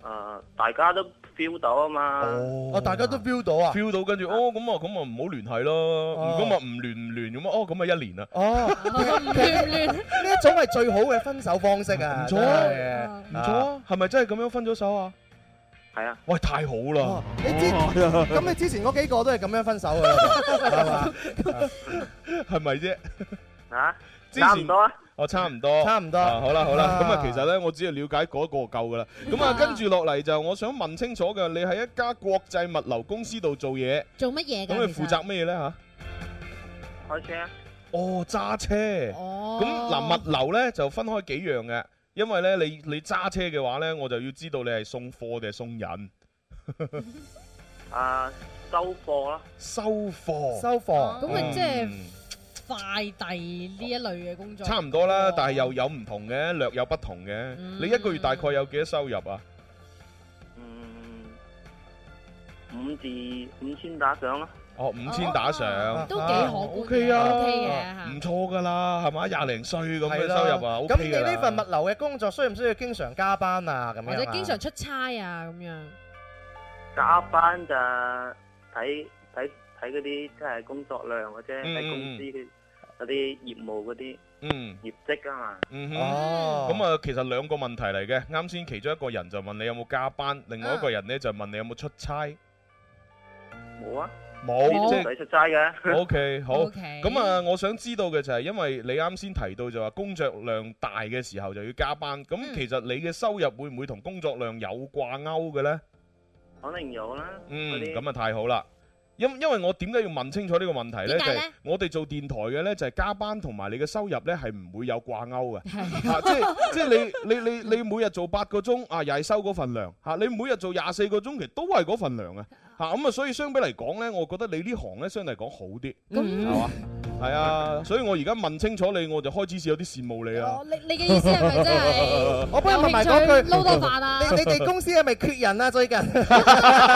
誒，大家都 feel 到啊嘛。
哦，大家都 feel 到啊
feel 到跟住哦，咁啊咁啊唔好聯繫咯，
哦
咁啊唔聯唔聯咁啊，哦咁啊一年啦。
哦，呢一種係最好嘅分手方式啊！
唔錯啊，唔錯啊，係咪真係咁樣分咗手啊？
係啊，
喂，太好啦！
你之 [LAUGHS]
[LAUGHS]
咁你之前嗰幾個都係咁樣分手嘅，係嘛？
係咪啫？
[LAUGHS] 啊？
之前差唔多啊。哦，差唔多，差唔多。好啦，好啦，咁啊，其實咧，我只要了解嗰個夠噶啦。咁啊，跟住落嚟就我想問清楚嘅，你喺一家國際物流公司度做嘢，
做乜嘢㗎
咁你
其實
負責咩咧吓？
開車啊，
哦，揸車。哦。咁
Ờ.
嗱，物流咧就分開幾樣嘅，因為咧你你揸車嘅話咧，我就要知道你係送貨定係送人。
啊收貨啦，
收貨，
收貨
咁咪即係
嗯
快遞呢一類嘅工作。
差唔多啦，但係又有唔同嘅，略有不同嘅。你一個月大概有幾多收入啊？
五至五千啊打賞啦。
哦，五千打上，
都幾可觀嘅
O K 啊
OK 嘅
唔錯噶啦，係嘛？廿零歲咁嘅
係啦
收入啊
咁
，OK
你
㗎啦
呢份物流嘅工作需唔需要經常加班啊？咁樣
或者
啊
經常出差啊咁
[LAUGHS]
樣。
加班就睇睇睇嗰啲即係工作量或者
嗯
睇公司嘅嗰啲業務嗰啲
嗯
業績啊嘛。
嗯哼，咁啊，其實兩個問題嚟嘅。啱先其中一個人就問你有冇加班，另外一個人呢就問你有冇出差。
冇啊，
冇
呢啲
即
都唔使出差
[LAUGHS]
嘅。
O K，好。
OK
咁啊，我想知道嘅就係，因為你啱先提到就話工作量大嘅時候就要加班，咁其實你嘅收入會唔會同工作量有掛鈎嘅呢？
[LAUGHS] 肯定有啦。
嗯
嗰，啲
咁啊太好啦。因因為我點解要問清楚呢個問題呢？
點
就
解呢
係我哋做電台嘅呢，就係加班同埋你嘅收入呢係唔會有掛鈎
[LAUGHS]
嘅。啊即係即係你你你你每日做八個鐘啊，又係收嗰份糧嚇，你每日做廿四個鐘，其實都係嗰份糧啊嚇。咁啊，所以相比嚟講呢，我覺得你呢行呢，相對嚟講好啲，
嗯
係嘛？係啊，所以我而家問清楚你，我就開始有啲羨慕你啦。
你你嘅意思係咪真係
[LAUGHS] 我幫你問埋
有興
嗰
趣
句，
撈多飯啊？
你你哋公司係咪缺人啊？
[LAUGHS]
最近？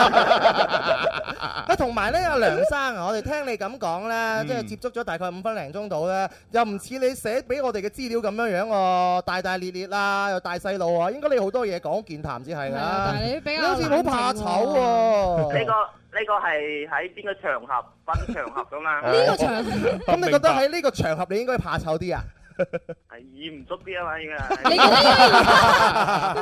啊，同埋咧，阿梁生啊，我哋聽你咁講
嗯
咧，即係接觸咗大概五分零鐘度咧，又唔似你寫俾我哋嘅資料咁樣樣喎，大大咧咧啦，又大細路啊，應該你好多嘢講健談先係啦。
但係你比較
好似好怕醜喎。
呢個呢個係喺邊個場合分場合
[LAUGHS]
噶
[LAUGHS]
啊
嘛？
呢個場咁你覺得喺呢個場合你應該怕醜啲啊？
係嚴肅啲啊嘛，應該
你
係。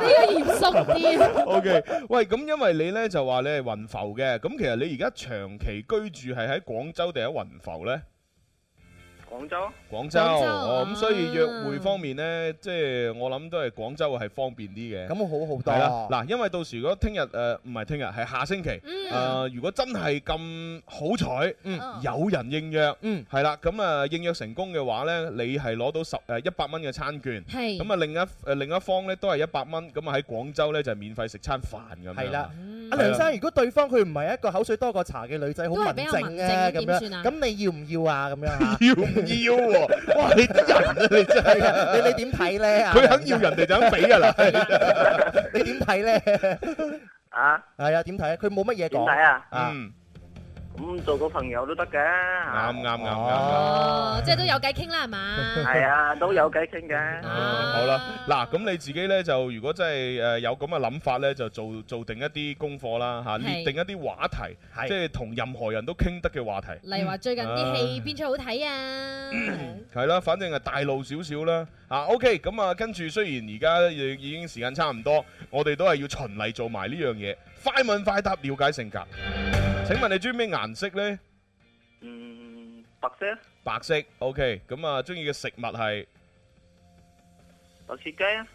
[LAUGHS]
覺得呢個嚴肅啲？啊
O K，喂，咁因為你呢就話你係雲浮嘅，咁其實你而家長期居住係喺廣州定喺雲浮呢？
廣州
廣州哦，咁所以約
啊
會方面呢，即係我諗都係廣州係方便啲嘅。
咁好好多
係啦，嗱，因為到時如果聽日誒唔係聽日係下星期誒，如果真係咁好彩，有人應約，
嗯
係啦，咁啊應約成功嘅話呢，你係攞到十呃誒一百蚊嘅餐券，
係
咁啊另一誒另一方呢都係一百蚊，咁啊喺廣州呢就免費食餐飯咁樣。
係啦，阿梁生，如果對方佢唔係一個口水多過茶嘅女仔，好
都係
文
比較
靜
文
嘅
靜點
咁
算
樣，
啊
咁你要唔要啊？咁樣啊
要唔要喎？哇！你啲人啊，你真係
啊你你點睇咧？啊
佢肯要人哋就肯俾㗎啊啦。
[LAUGHS] 你點睇咧？
啊，
係啊，點睇啊？佢冇乜嘢
點
講。
睇啊？
嗯，
咁做個朋友都得嘅。
啱啱啱
哦
啱，
即係都有偈傾啦，係嘛？
係啊，都有偈傾嘅。
啊
好啦，
嗯
嗱，咁你自己呢，就如果真係誒有咁嘅諗法呢，就做做定一啲功課啦嚇，
係
列定一啲話題，即係同任何人都傾得嘅話題。
例如話最近啲戲邊出好睇啊？
係啦，反正係大路少少啦。啊，OK，咁啊，跟住雖然而家已已經時間差唔多，我哋都係要循例做埋呢樣嘢，快問快答，了解性格。請問你中意咩顏色呢？
嗯，白色啊，
白色，OK。咁啊，中意嘅食物係
白切雞啊，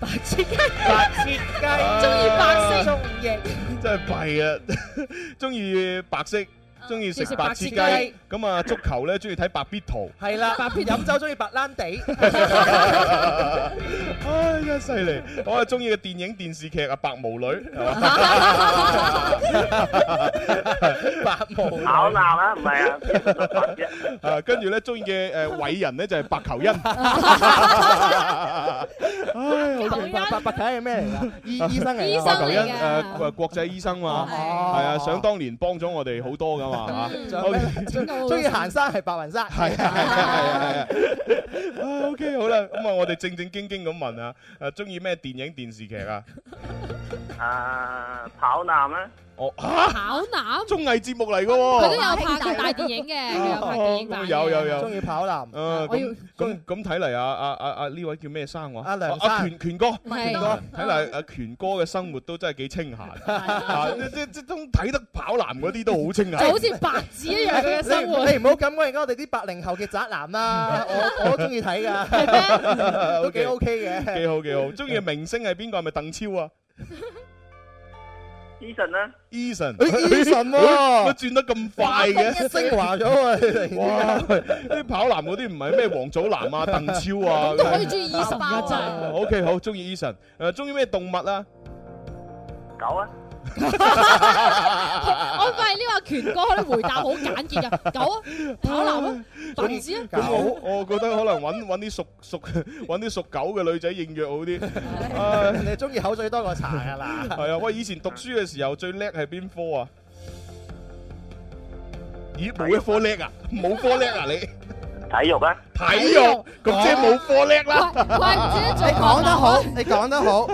白切雞，
中意白色
中意。
真係弊啊！ [LAUGHS] 中意白色，中啊意食白切
中意食白切
雞。咁啊，足球呢，中意睇白必圖。
係啦，飲酒中意白蘭地。
唉，真係犀利！我啊中意嘅電影電視劇啊，《白毛女》係嘛。
[LAUGHS] 白毛
考
Ừ.
鬧啊，唔係啊，
啊，跟住咧中意嘅誒偉人咧就係白求恩。唉，
好奇怪，白白睇係咩嚟㗎？醫醫生嚟㗎。
白求恩誒誒國際醫生嘛，係啊，想當年幫咗我哋好多噶
[LAUGHS]
嘛啊嚇。
仲有咩中意行山係白雲山。係
啊。啊，OK，好啦，咁啊，我哋正正經經咁啊
À,
問啊，誒，中意咩電影電視劇啊？
啊，跑男啊，
哦，嚇，
跑男，
綜藝節目嚟嘅
佢
喎。
都有拍過大電影嘅，佢有拍電影版嘅。
有有有，
中意跑 [LAUGHS] 男。
誒
啊我要
啊
啊
咁咁咁睇嚟啊啊啊啊呢位叫咩生話？阿
梁
阿
生
權權哥，
係
權哥睇嚟阿權哥嘅生活都真係幾清閒
[LAUGHS]
啊！即即即都睇得跑男嗰啲都好清閒，
就好
似白紙一樣佢嘅生活
你你唔好咁講，而家我哋啲八零後嘅宅男啦，我我中意 [LAUGHS] 睇 [LAUGHS] 㗎，都幾 OK 嘅。
幾好幾好，中意嘅明星係邊個？係咪鄧超啊
Eason 咧，
？Eason
誒
[LAUGHS]
，Eason 喎
哎乜轉得咁快嘅？
昇華咗啊你哋
哇！啲跑男嗰啲唔係咩王祖藍啊、鄧超啊，
都可以中意 Eason
哎
㗎真係
O K，好中意 Eason。誒，中意咩動物啊？
狗啊！
我發現呢個權哥啲回答好簡潔啊，狗啊，跑男啊，白紙啊，
咁我我覺得可能揾揾啲屬 [LAUGHS] 屬揾啲屬狗嘅女仔應約好啲。啊
你中意口水多過茶㗎啦。
係啊，喂！以前讀書嘅時候最叻係邊科啊？咦，冇一科叻啊，冇科叻啊你？
體育啊，
體育咁即係冇科叻啦。
你講得好，你講得好，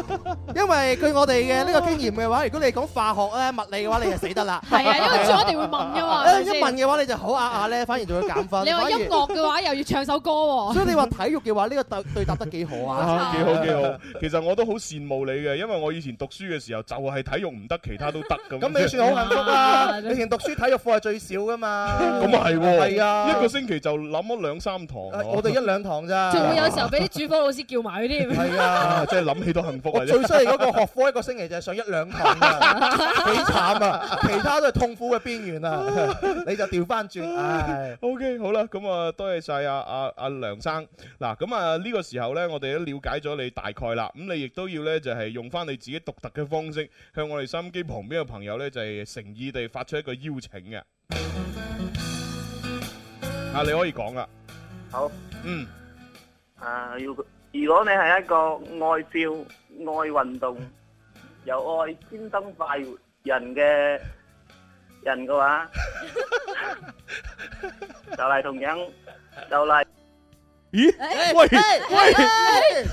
因為據我哋嘅呢個經驗嘅話，如果你講化學咧、物理嘅話，你就死得啦。
係啊因為我哋會問㗎嘛係咪
誒
先
一問嘅話，你就好啞啞咧，反而仲會減分。
你話
反而
音樂嘅話又要唱首歌喎。
所以你話體育嘅話，呢個對對答得幾好
[LAUGHS]
啊
啊，！幾好幾好！其實我都好羨慕你嘅，因為我以前讀書嘅時候就係體育唔得，其他都得咁。
咁你算好幸福 [LAUGHS] 啦！你以前讀書體育課係最少噶嘛？
咁啊係喎，哦
係啊，
一個星期就諗咗兩三堂。
我哋一兩堂咋，
仲會有時候俾啲主科老師叫埋佢添。
[LAUGHS]
係
[LAUGHS]
啊，真係諗起都幸
[LAUGHS]
福啊！
我最犀利嗰個學科一個星期就係上一兩堂
[LAUGHS]
啊，幾慘啊！其他都係痛苦嘅邊緣 [LAUGHS] 啊，你就調翻轉，
[LAUGHS]
唉。
O、k 好啦，咁啊，多謝晒阿阿阿梁生。嗱，咁啊呢個時候呢，我哋都了解咗你大概啦。咁你亦都要呢，就係、用翻你自己獨特嘅方式，向我哋收音機旁邊嘅朋友呢，就係、誠意地發出一個邀請嘅。啊，你可以講啦。
好，
嗯，
啊，要如果你係一個愛笑、愛運動、又愛天生快活人嘅人嘅話，就係同樣就係
咦？
哎
誒
喂
誒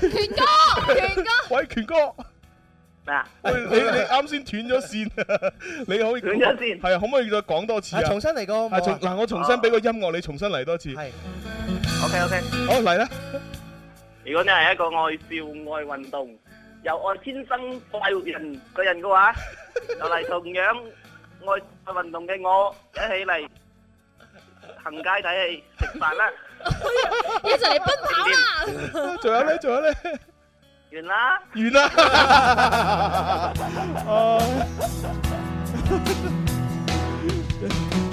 喂，
權哥權
哥，喂，權哥。
嗱， [LAUGHS]
喂，你你啱先斷咗線，啊 [LAUGHS] 你可以
斷咗線
係啊，可唔可以再講多次啊？
啊重新嚟過好唔好
啊
啊
重嗱，我重新俾個音樂你，重新嚟多次。係
OK OK。
好嚟啦。
如果你係一個愛笑、愛運動、又愛天生快活人嘅人
[LAUGHS]
嘅話，就嚟同樣愛運動嘅我一起嚟行街睇戲食飯啦，
[LAUGHS] 一陣嚟奔跑
[LAUGHS]
啦！
仲有咧，仲有咧，
[LAUGHS] 完啦。
完啦。
[LAUGHS]
[LAUGHS] 啊 [LAUGHS]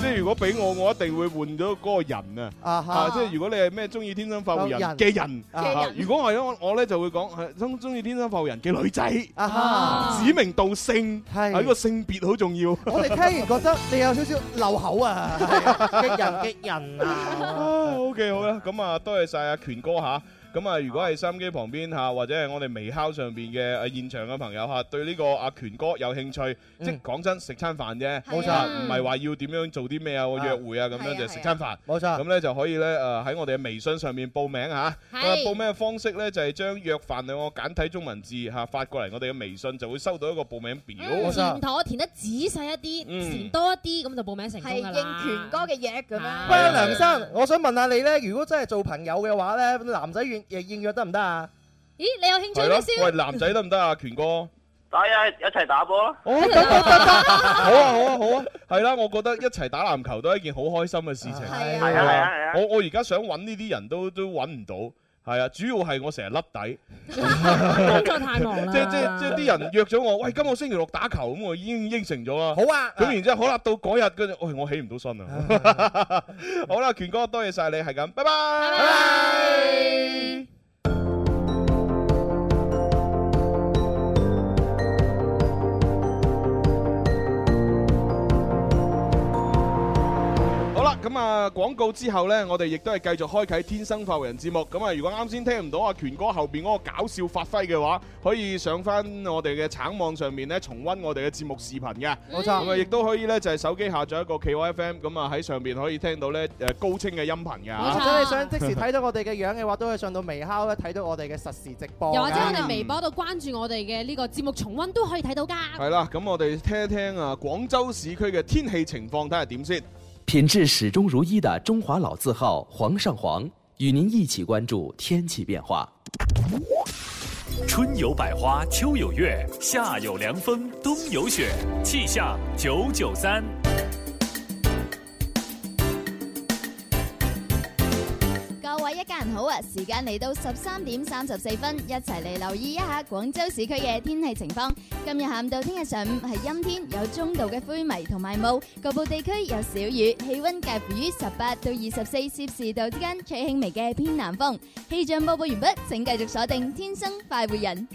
即係如果俾我，我一定會換咗嗰個人啊！
啊哈
啊，即係如果你係咩中意天生快活人
人
嘅人，
嘅
啊
人
如果係我我咧就會講係中中意天生快活人嘅女仔，
啊哈
指名道姓，係呢個性別好重要。
我哋聽完覺得你有少少漏口啊，激人激人啊！
啊，OK 好啦，咁啊，多謝晒阿權哥吓。咁啊，如果係收音機旁邊嚇，或者係我哋微烤上邊嘅誒現場嘅朋友嚇，對呢個阿權哥有興趣，即係講真食餐飯啫，
冇錯
啊唔係話要點樣做啲咩啊，約會啊咁樣就食餐飯，
冇錯。
咁咧就可以咧誒喺我哋嘅微信上面報名嚇。咁啊報名嘅方式咧就係將約飯兩個簡體中文字嚇發過嚟我哋嘅微信，就會收到一個報名表。
填妥填得仔細一啲，
嗯
填多一啲，咁就報名成功㗎啦。
係應權
哥嘅約咁樣。
喂，梁生，我想問下你咧，如果真係做朋友嘅話咧，男仔願誒應約得唔得啊？
咦，你有興趣
係
咩
咯
先？，
喂，男仔得唔得啊，權哥？
打一一齊打波咯。
哦，得得得得，好啊好啊好啊，係啦，我覺得一齊打籃球都係一件好開心嘅事情。
係啊係啊係啊
我我而家想揾呢啲人都都揾唔到，係啊，主要係我成日甩
[LAUGHS]
底，
工作太忙啦。
即即即啲人約咗我，喂，今個星期六打球咁，我已經應承咗啦。
好啊
咁然之後好啦，到嗰日嗰陣，喂，我起唔到身啊。
[LAUGHS]
好啦，權哥，多謝晒你，係咁，拜拜。好啦，咁啊廣告之後呢，我哋亦都係繼續開啟《天生發育人》節目。咁啊，如果啱先聽唔到阿權哥後邊嗰個搞笑發揮嘅話，可以上翻我哋嘅橙網上面呢，重温我哋嘅節目視頻嘅。
冇錯
咁啊，亦都可以呢，就係手機下載一個 KYFM，咁啊喺上邊可以聽到呢誒高清嘅音頻㗎。
或者你想即時睇到我哋嘅樣嘅話，都可以上到微烤咧睇到我哋嘅實時直播㗎。
又或者我哋微博度關注我哋嘅呢個節目重温都可以睇到㗎。
係啦，咁我哋聽一聽啊廣州市區嘅天氣情況，睇下點先。
品质始终如一的中华老字号煌上煌，与您一起关注天气变化。
春有百花，秋有月，夏有凉风，冬有雪。气象九九三，
各位一家人好啊！時間嚟到十三點三十四分，一齊嚟留意一下廣州市區嘅天氣情況。今日下午到聽日上午係陰天，有中度嘅灰霾同埋霧，局部地區有小雨，氣温介乎於十八到二十四攝氏度之間，吹輕微嘅偏南風。氣象播報完畢，請繼續鎖定《天生快活人》。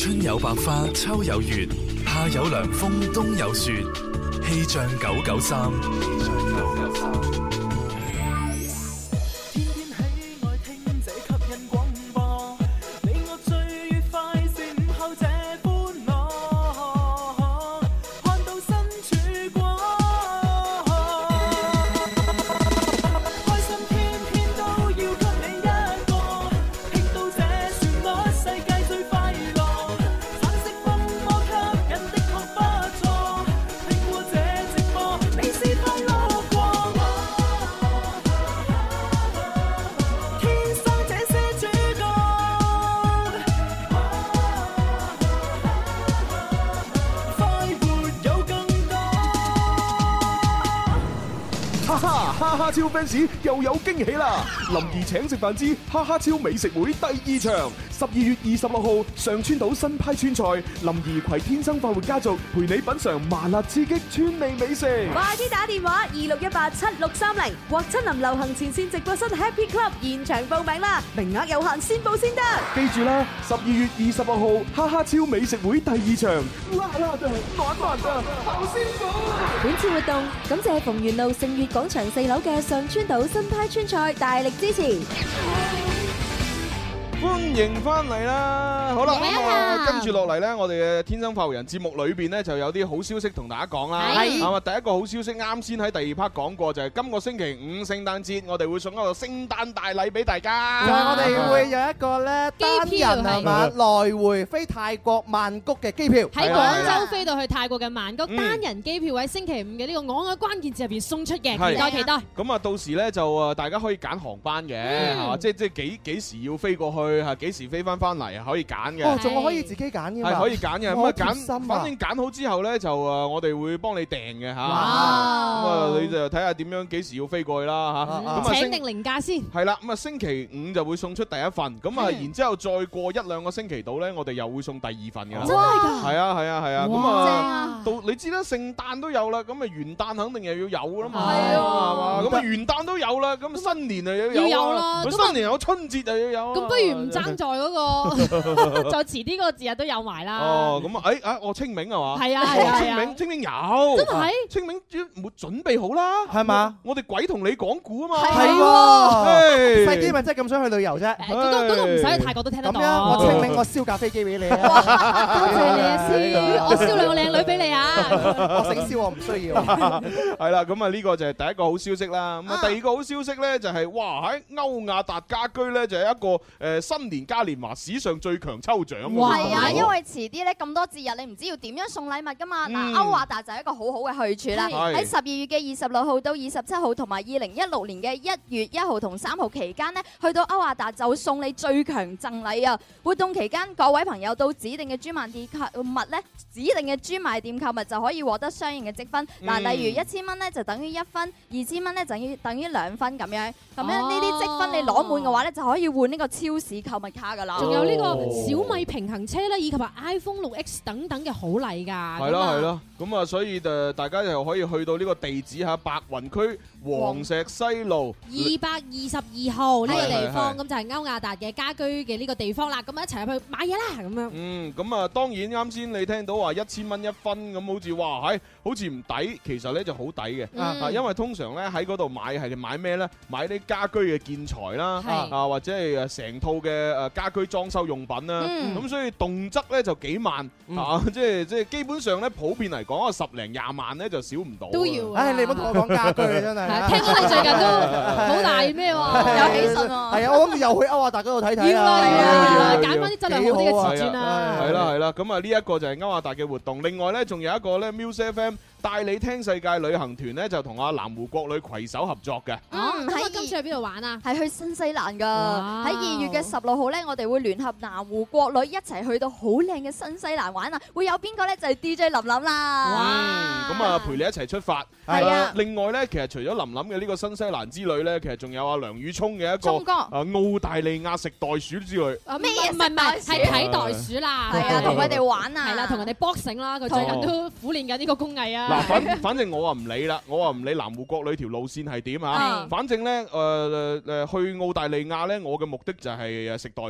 春有百花，秋有月，夏有涼風，冬有雪。氣象九九三，
哈哈哈哈超 fans 又有驚喜啦！林兒請食飯之哈哈超美食會第二場，十二月二十六號上川島新派川菜，林兒攜天生快活家族陪你品嚐麻辣刺激川味美食。
快啲打電話二六一八七六三零或親臨流行前線直播室 Happy Club 現場報名啦，名額有限，先報先得。
記住啦，十二月二十六號哈哈超美食會第二場。
啦啦隊，玩玩啊，頭先講。
本次活動感謝逢源路盛悦廣場四樓嘅上川島新派川菜大力支持。
歡迎翻嚟啦！好啦，
嚟
咁
啦
啊，跟住落嚟呢，我哋嘅《天生發育人》節目裏邊呢，就有啲好消息同大家講啦。
係
咁啊，第一個好消息啱先喺第二 part 講過，就係今個星期五聖誕節，我哋會送一個聖誕大禮俾大家。
就係我哋會有一個咧單
Dạ. 機票
人係嘛，來回飛泰國曼谷嘅機票
喺廣州飛到去泰國嘅曼谷，
啊嗯
單人機票喺星期五嘅呢個我愛關鍵字入邊送出嘅，
係
期待期待。
咁啊，到時呢，就啊，大家可以揀航班嘅，
嗯
係嘛即即幾幾時要飛過去，係幾時飛翻翻嚟，可以揀嘅。
哦，仲可以自己揀嘅嘛
係可以揀嘅，咁
我
啊
好貼心啊
揀，反正揀好之後咧就誒，我哋會幫你訂嘅嚇。咁啊，你就睇下點樣幾時要飛過去啦嚇。咁啊
請
星
定零價先。
係啦，咁啊星期五就會送出第一份，咁啊
係
然之後再過一兩個星期到咧，我哋又會送第二份嘅啦。
真係㗎
係啊係啊係啊，咁
哇正
啊
啊
到你知啦，聖誕都有啦，咁啊元旦肯定又要有啦嘛，
係
係嘛
啊
咁啊元旦都有啦，咁新年又
要
有
有
啦
啦，咁啊
新年有春節又要有啊。
咁不如唔爭在嗰個， [LAUGHS] 再遲啲嗰個節日都有埋啦。
哦，咁啊，誒啊，我清明係嘛？
係啊
哦
係啊
清
係
明
啊
清明有，
真係
清明冇準備好啦，
係嘛？
我哋鬼同你講古啊嘛，
係啊
唉
喎，細啲咪真係咁想去旅遊啫。
嗰個嗰個唔使去泰國都聽得
咁
到。
樣，我清明我燒架飛機俾你啊！
多謝你啊，師，我燒兩個靚女俾你啊！
[LAUGHS]
我醒燒我唔需要。
係啦，咁啊呢個就係第一個好消息啦。咁啊第二個好消息咧就係哇喺歐亞達家居咧就係一個誒呃新年嘉年華史上最強抽獎喎。
係啊，因為遲啲咧咁多節日，你唔知要點樣送禮物噶嘛。嗱，
嗯
歐華達就係一個好好嘅去處啦。
係
喺十二月嘅二十六號到二十七號，同埋二零一六年嘅一月一號同三號期間呢，去到歐華達就送你最強贈禮啊！活動期間，各位朋友到指定嘅專賣店購物咧，指定嘅專賣店購物就可以獲得相應嘅積分。嗱，
嗯
例如一千蚊咧就等於一分，
哦
二千蚊咧就等於等於兩分咁樣。咁樣呢啲積分你攞滿嘅話咧，就可以換呢個超市市購物卡㗎啦。
仲有呢
哦
個小米平衡車咧，以及話 iPhone 六 X 等等嘅好禮㗎。
係啦係啦，咁啊，所以誒，大家又可以去到呢個地址嚇，白雲區黃石西路。
二百二十二號呢個地方，
係係係
咁就係歐亞達嘅家居嘅呢個地方啦。咁啊一齊入去買嘢啦，咁樣。
嗯，咁啊，當然啱先你聽到話一千蚊一分咁，好似哇，係好似唔抵，其實咧就好抵嘅，
嗯
啊，因為通常咧喺嗰度買係買咩咧？買啲家居嘅建材啦，
係
啊或者係誒成套嘅誒家居裝修用品啦，
嗯
咁所以動輒咧就幾萬啊，即係即係基本上咧普遍嚟講啊十零廿萬咧就少唔到。
都要啊
唉，你唔好同我講家居啊，真係。
係聽講你最近
[LAUGHS]
都好大咩喎？有喜訊喎。
係啊，我諗住又去歐亞達嗰度睇睇
要啦
啦。
要啦，啊揀翻啲質量好啲嘅瓷磚
係
啦。
係啦係啦，咁啊呢一個就係歐亞達嘅活動，另外呢，仲有一個呢 Muse FM 帶你聽世界旅行團呢，就同阿南湖國旅攜手合作嘅。
嗯，喺今次去邊度玩啊？
哦係去新西蘭㗎，喺
哇
二月嘅十六號呢，我哋會聯合南湖國旅一齊去到好靚嘅新西蘭玩啊！會有邊個呢？就係 DJ 林林啦。
嗯咁啊，陪你一齊出發。
係啊
誒另外呢，其實除咗林林嘅呢個新西蘭之旅呢，其實仲有阿梁宇聰嘅一個
聰哥
啊澳大利亞食袋鼠之旅。
啊咩嘢？唔係唔係，係睇袋鼠啦。
係啊同佢哋
玩啊
係啦，同人哋 boxing 啦，佢最近都苦練緊呢個工藝
嗱，
啊。
反反正我話唔理啦，我啊話唔理南湖國旅條路線係點啊
係。
反正咧，誒誒呃去澳大利亞咧，我嘅目的就係呃誒食袋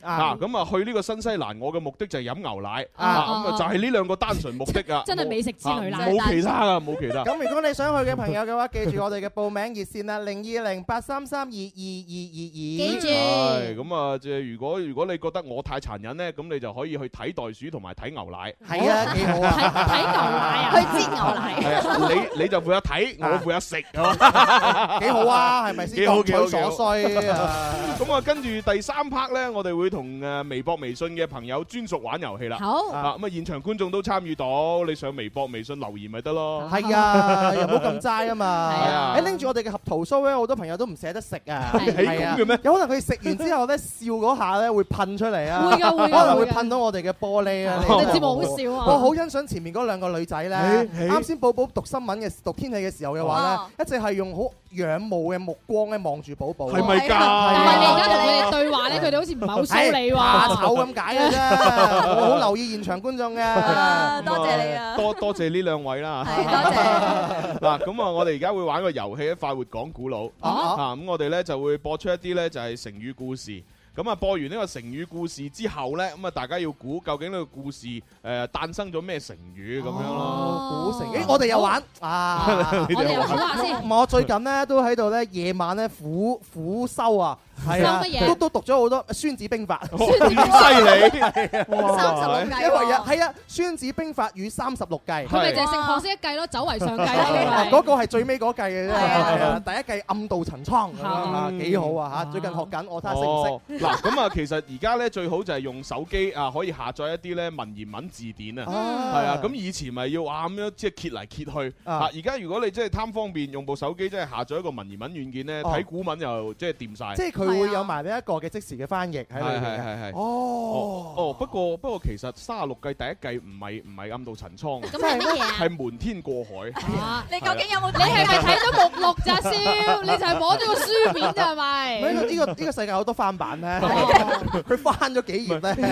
鼠
啊
啊。咁啊，去呢個新西蘭，我嘅目的就係飲牛奶
啊
啊。
啊
咁啊，就係呢兩個單純目的啊。
真係美食之旅啦
啊冇其他噶，冇其他。
咁如果你想去嘅朋友嘅話，記住我哋嘅報名熱線啦，零二零八三三二二二二二。記
係咁啊！即係如果如果你覺得我太殘忍咧，咁你就可以去睇袋鼠同埋睇牛奶。
係啊，幾好啊！
哦睇牛奶啊，去
煎牛奶
係啊，你你就負責睇，我負責食，係嘛？
啊幾好啊係咪先
幾好
各
幾
取
好
所需啊！
咁啊，跟住第三 part 咧，我哋會同誒微博、微信嘅朋友專屬玩遊戲啦。
好
啊，咁啊，現場觀眾都參與到，你上微博、微信留言咪得咯。
係啊，又冇咁齋啊嘛。
係啊
誒拎住我哋嘅合桃酥咧，好多朋友都唔捨得食啊。
係
啊
係咁嘅咩
有可能佢食完之後咧，笑嗰下咧會噴出嚟啊。
會㗎會㗎
可能會
會㗎
噴到我哋嘅玻璃啊。
我哋
你
節目好笑啊
我好欣賞前面嗰兩個女仔咧
係，係
啱先寶寶讀新聞嘅讀天氣嘅時候嘅話咧，一直係用好仰慕嘅目光咧望住寶寶。
係咪㗎
係啊
但係你而家同佢哋對話咧，佢哋好似唔係好騷你喎。
怕哎醜咁解嘅啫，我好留意現場觀
[LAUGHS]
眾嘅。
多謝你啊！多多謝呢兩位啦。 [LAUGHS] 多謝。嗱，咁啊，我哋而家會玩個遊戲咧，快活講古佬。啊，咁我哋咧就會播出一啲咧就係成語故事。咁啊，播完呢個成語故事之後咧，咁啊，大家要估究竟呢個故事誒誕生咗咩成語咁樣咯。
古城，誒，我哋又玩啊！
哦 [LAUGHS] 你哋又玩我哋又玩下先
唔係，我最近咧都喺度咧夜晚咧苦苦修啊，係啊
修乜嘢，
都都讀咗好多《孫子
[LAUGHS]
兵法》。
孫子兵法哦咁犀利
哇
三十六計喎
因為啊，係啊，《孫子兵法》與三十六計。
佢咪就係食學識一計咯，走為上
[LAUGHS]
計咯。
嗰個係最尾嗰計嘅啫，係啊，第一計暗度陳倉咁樣啊，
嗯
幾好啊嚇！最近學緊，我睇下識
哦
唔，識。
嗱咁啊，其實而家咧最好就係用手機啊，可以下載一啲咧文言文字典啊，
啊
係啊，咁以前咪要啊咁樣即係揭嚟揭去啊，而家如果你真係貪方便，用部手機真係下載一個文言文軟件咧，
哦
睇古文又即係掂晒。
即係佢會有埋呢一個嘅即時嘅翻譯喺裏
係係
邊嘅。
係係
哦
哦，不過不過其實三十六計第一計唔係唔係暗度陳倉，
咁係乜嘢啊
係瞞天過海。啊
你究竟有冇
你
睇
係咪睇咗 [LAUGHS] 目錄咋蕭？你就係摸咗個書面啊咋係
唔係呢個呢
咪？哦
個呢個世界好多翻版咧，佢翻咗幾頁咧。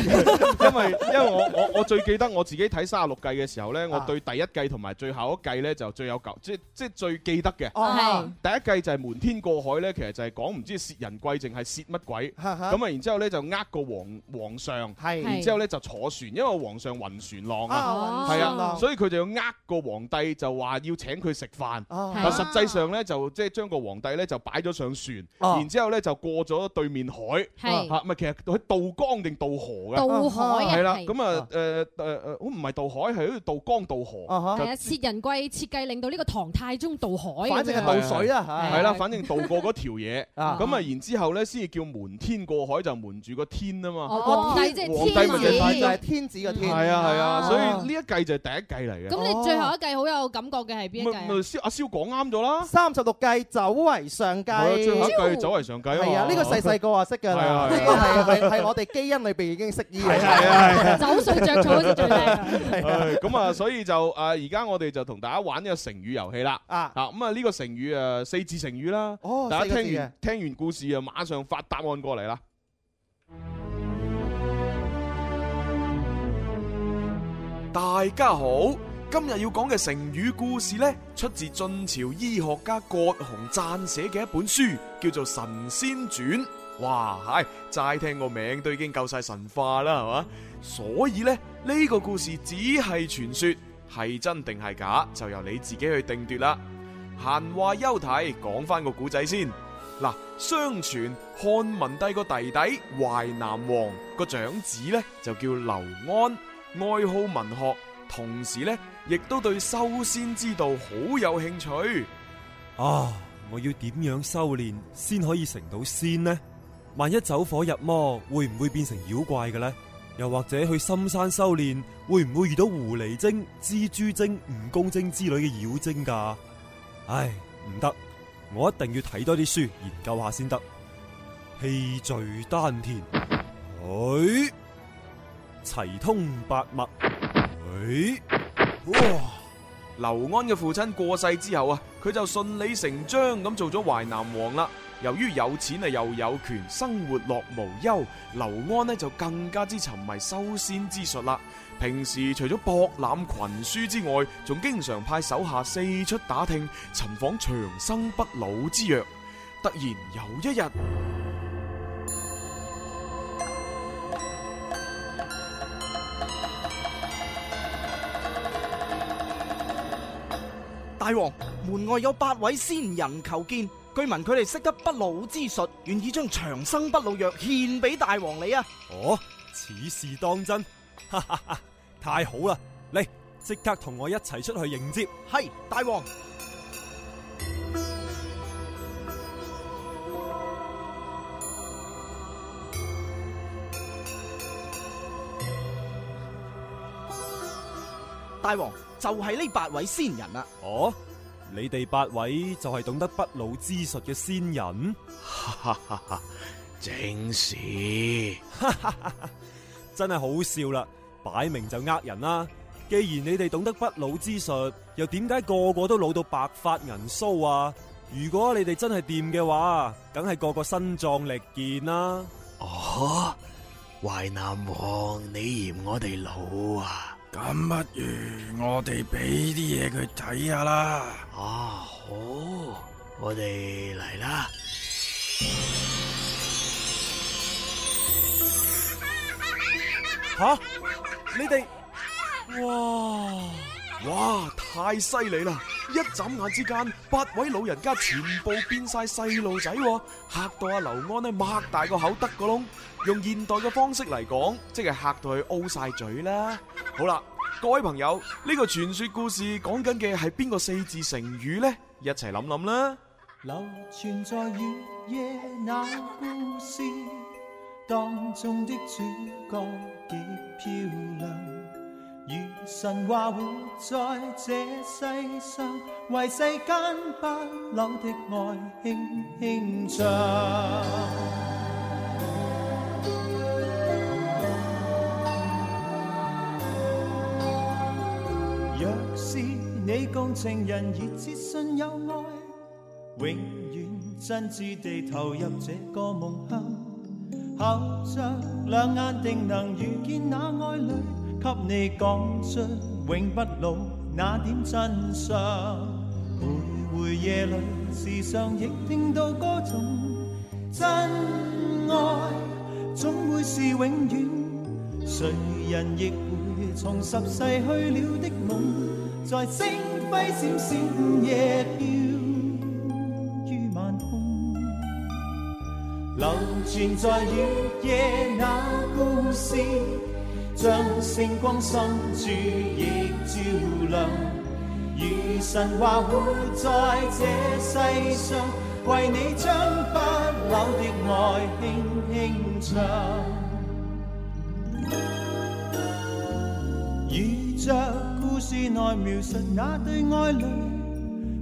因為因為我我我最記得我自己睇三十六計嘅時候
啊
咧，我對第一計同埋最後一計咧就最有舊，即即係最記得嘅。
哦
第一計就係瞞天過海咧，其實就係講唔知蝕人貴定係蝕乜鬼。咁啊，然之後咧就呃個皇皇上，
係
然之後咧就坐船，因為皇上暈船浪
啊
哦
啊，
暈
係
船
啊，
浪
所以佢就要呃個皇帝，就話要請佢食飯。
哦
但實際上咧就即係將個皇帝咧就擺咗上
啊
船，然之後咧就過咗對面海，
係
嚇咪其實佢渡江定渡河嘅？
渡海啊
係啦，
係
咁啊誒誒誒，好唔係渡海，係好似渡江渡河，就
係啊，切人貴設計令到呢個唐太宗渡海，
反正係渡水啦嚇
係啦，反正渡過嗰條嘢，
啊
咁啊，然之後咧先至叫瞞天過海，就瞞住個天啊嘛。
哦皇帝即係
皇帝咪就
天子
係
就係天子嘅哦天。
係啊係啊，所以
呢
呢一計就係第一計嚟嘅。
咁你最後一計好有感覺嘅係邊一
咪咪
計啊？
蕭阿蕭講啱咗啦。
三十六計走為上
係啊
計，
最後一計走為上計啊
係啊，呢個細細個啊識㗎
係啊
啦，
係啊
呢個係係係我哋基因裏邊已經識醫嘅。
係啊係啊
走數着草先最叻。
唉咁啊，所以就啊，而家我哋就同大家玩呢個成語遊戲啦。
啊，
咁啊，呢個成語誒四字成語啦。
哦
大
四
家
個字
聽完聽完故事啊，馬上發答案過嚟啦。
大家好，今日要講嘅成語故事呢，出自晉朝醫學家葛洪撰寫嘅一本書，叫做《神仙傳》。哇，係齋聽個名都已經夠晒神化啦，係嘛？所以呢，呢、個故事只係傳說，係真定係假，就由你自己去定奪啦。閒話休題，講翻個古仔先。嗱，相傳漢文帝個弟弟淮南王個長子呢，就叫劉安，愛好文學，同時呢，亦都對修仙之道好有興趣。
啊，我要點樣修煉先可以成到仙呢？萬一走火入魔，會唔會變成妖怪嘅呢？又或者去深山修煉，會唔會遇到狐狸精、蜘蛛精、蜈蚣精之類嘅妖精噶？唉，唔得，我一定要睇多啲書研究下先得。氣聚丹田，哎，齊通百脈，
誒，哎哇！劉安嘅父親過世之後啊，佢就順理成章咁做咗淮南王啦。由於有錢啊又有權，生活樂無憂，劉安呢就更加之沉迷修仙之術啦。平時除咗博覽群書之外，仲經常派手下四出打聽，尋訪長生不老之藥。突然有一日，
大王，門外有八位仙人求見，據聞佢哋識得不老之術，願意將長生不老藥獻俾大王你啊！
哦，此事當真，哈哈哈！太好啦，嚟即刻同我一齊出去迎接。
係，大王。大王就係呢八位仙人啦。
哦，你哋八位就係懂得不老之術嘅仙人，哈哈哈！正是，真係好笑啦，擺明就呃人啦。既然你哋懂得不老之術，又點解個個都老到白髮銀鬚啊？如果你哋真係掂嘅話，梗係個個身壯力健啦。
哦，淮南王，你嫌我哋老啊？
咁不如我哋俾啲嘢佢睇下啦。啊，好，
我哋嚟啦！
吓，你哋
哇哇太犀利啦！一眨眼之間，八位老人家全部變晒細路仔喎，嚇到阿劉安呢擘大個口得個窿。用現代嘅方式嚟講，即係嚇到佢 O 晒嘴啦。好啦，各位朋友，呢、個傳說故事講緊嘅係邊個四字成語呢？一齊諗諗啦！
流傳在雨夜那故事當中的主角極漂亮，如神話活在這世上，為世間不朽的愛輕輕唱。若是你共情人以切信有愛，永遠真摯地投入這個夢鄉，後着兩眼定能遇見那愛侶，給你講出永不老那點真相。每回夜裏，時常亦聽到歌頌，真愛總會是永遠，誰人亦會重拾逝去了的夢，在星輝閃閃夜飄於晚空，流傳在雨夜那故事，將星光深處亦照亮，如神話活在這世上，為你將不朽的愛輕輕唱。遇着故事內描述那對愛侶，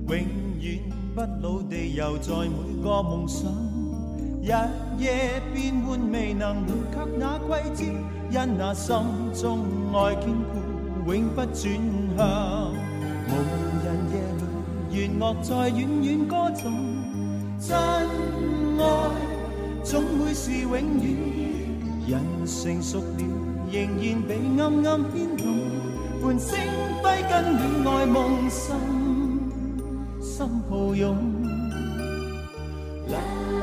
永遠不老地遊在每個夢想。日夜變換未能回卻那季節，因那心中愛堅固，永不轉向。無人夜裏，弦樂在遠遠歌頌，真愛總會是永遠。人成熟了，仍然被暗暗牽動。伴星辉跟恋爱梦心心抱拥。啦啦啦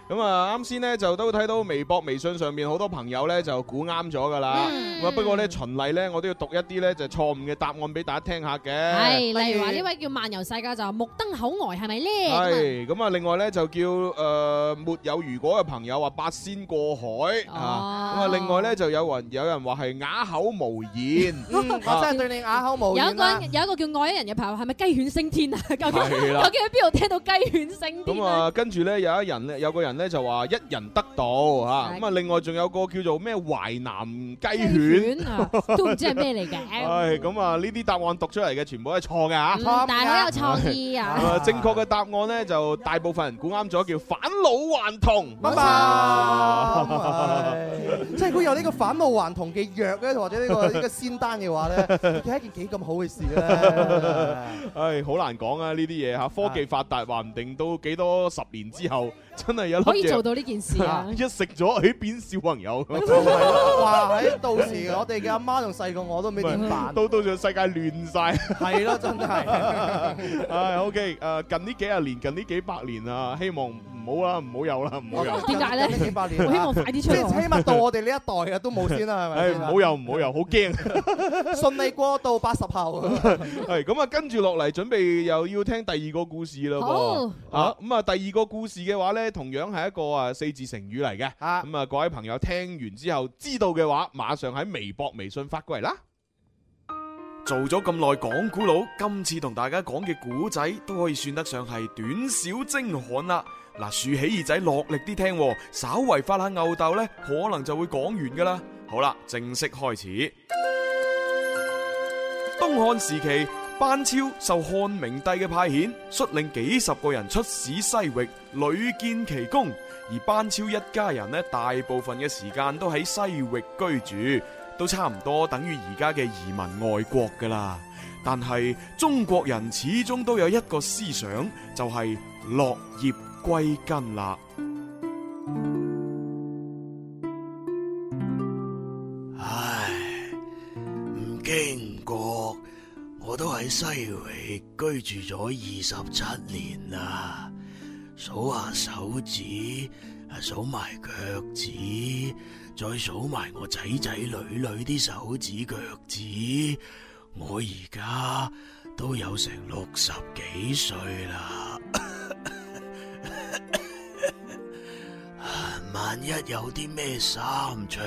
咁啊，啱先呢，就都睇到微博、微信上面好多朋友呢，就估啱咗噶啦。
嗯
咁啊，不過呢，循例呢，我都要讀一啲呢，就錯誤嘅答案俾大家聽下嘅。
係，例如話呢位啊叫漫遊世界就話目瞪口呆係咪咧？
系咁啊！另外咧就叫诶沒有如果嘅朋友話八仙過海啊！咁啊，另外咧就有人有人話係啞口無言，
嗯
啊
我真係對你啞口無
有一
言
個
啦。
人有一個叫愛一人嘅朋友係咪雞犬升天啊？究竟究竟
係啦
喺邊度聽到雞犬升天
咁
啊？
啊，跟住咧有一人咧有個人咧就話一人得道啊！
係
咁啊，另外仲有個叫做咩淮南雞
雞
犬
犬啊， [LAUGHS] 都唔知係咩嚟嘅。
唉，咁啊，呢啲答案讀出嚟嘅全部都係啊錯嘅
嗯
嚇。
但係好有創意啊
[LAUGHS] 咁！正確嘅答案咧就大部分人估啱咗，叫返老還童。啊
拜拜。即係如果有呢個返老還童嘅藥咧，或者呢個呢個仙丹嘅話咧，係一件幾咁好嘅事
[LAUGHS]
咧。
[LAUGHS] 唉，好難講啊！呢啲嘢吓，科技發達，話唔定到幾多十年之後，真係有粒
可以
藥
做到呢件事啊
[LAUGHS] 一食咗，誒變小朋友。
[LAUGHS] 哇！喺到時我哋嘅阿媽仲細過我，都唔知點辦。
到到就世界亂晒，
係
[LAUGHS]
咯，真係。
唉，OK，誒，近呢幾廿年，近呢幾百年啊，希望唔好啦，唔好有啦，唔好有。
點解咧？
近呢幾百年
我希望快啲出
即係起
[LAUGHS]
碼到我哋呢一代啊，都冇先啦，係咪
唉，
先
唔
啊？
好有，唔好有，好驚。
[LAUGHS] 順利過到八十後。
[LAUGHS] 係咁啊，跟住落嚟準備又要聽第二個故事啦噃。啊，咁啊，第二個故事嘅話呢，同樣係一個啊四字成語嚟嘅。咁啊，各位朋友聽完之後知道嘅話，馬上喺微博、微信發過嚟啦。
做咗咁耐講古佬，今次同大家講嘅古仔都可以算得上係短小精悍啦。嗱，豎起耳仔落力啲聽喎，稍為發下吽豆呢，可能就會講完噶啦。好啦，正式開始。東漢時期，班超受漢明帝嘅派遣，率領幾十個人出使西域，屢建奇功。而班超一家人呢，大部分嘅時間都喺西域居住，都差唔多等於而家嘅移民外國噶啦。但係中國人始終都有一個思想，就係、落葉歸根啦。
唔經唔覺，我都喺西域居住咗二十七年啦。數下手指，啊數埋腳趾，再數埋我仔仔女女啲手指腳趾，我而家都有成六十幾歲啦。 [LAUGHS] 啊萬一有啲咩衫長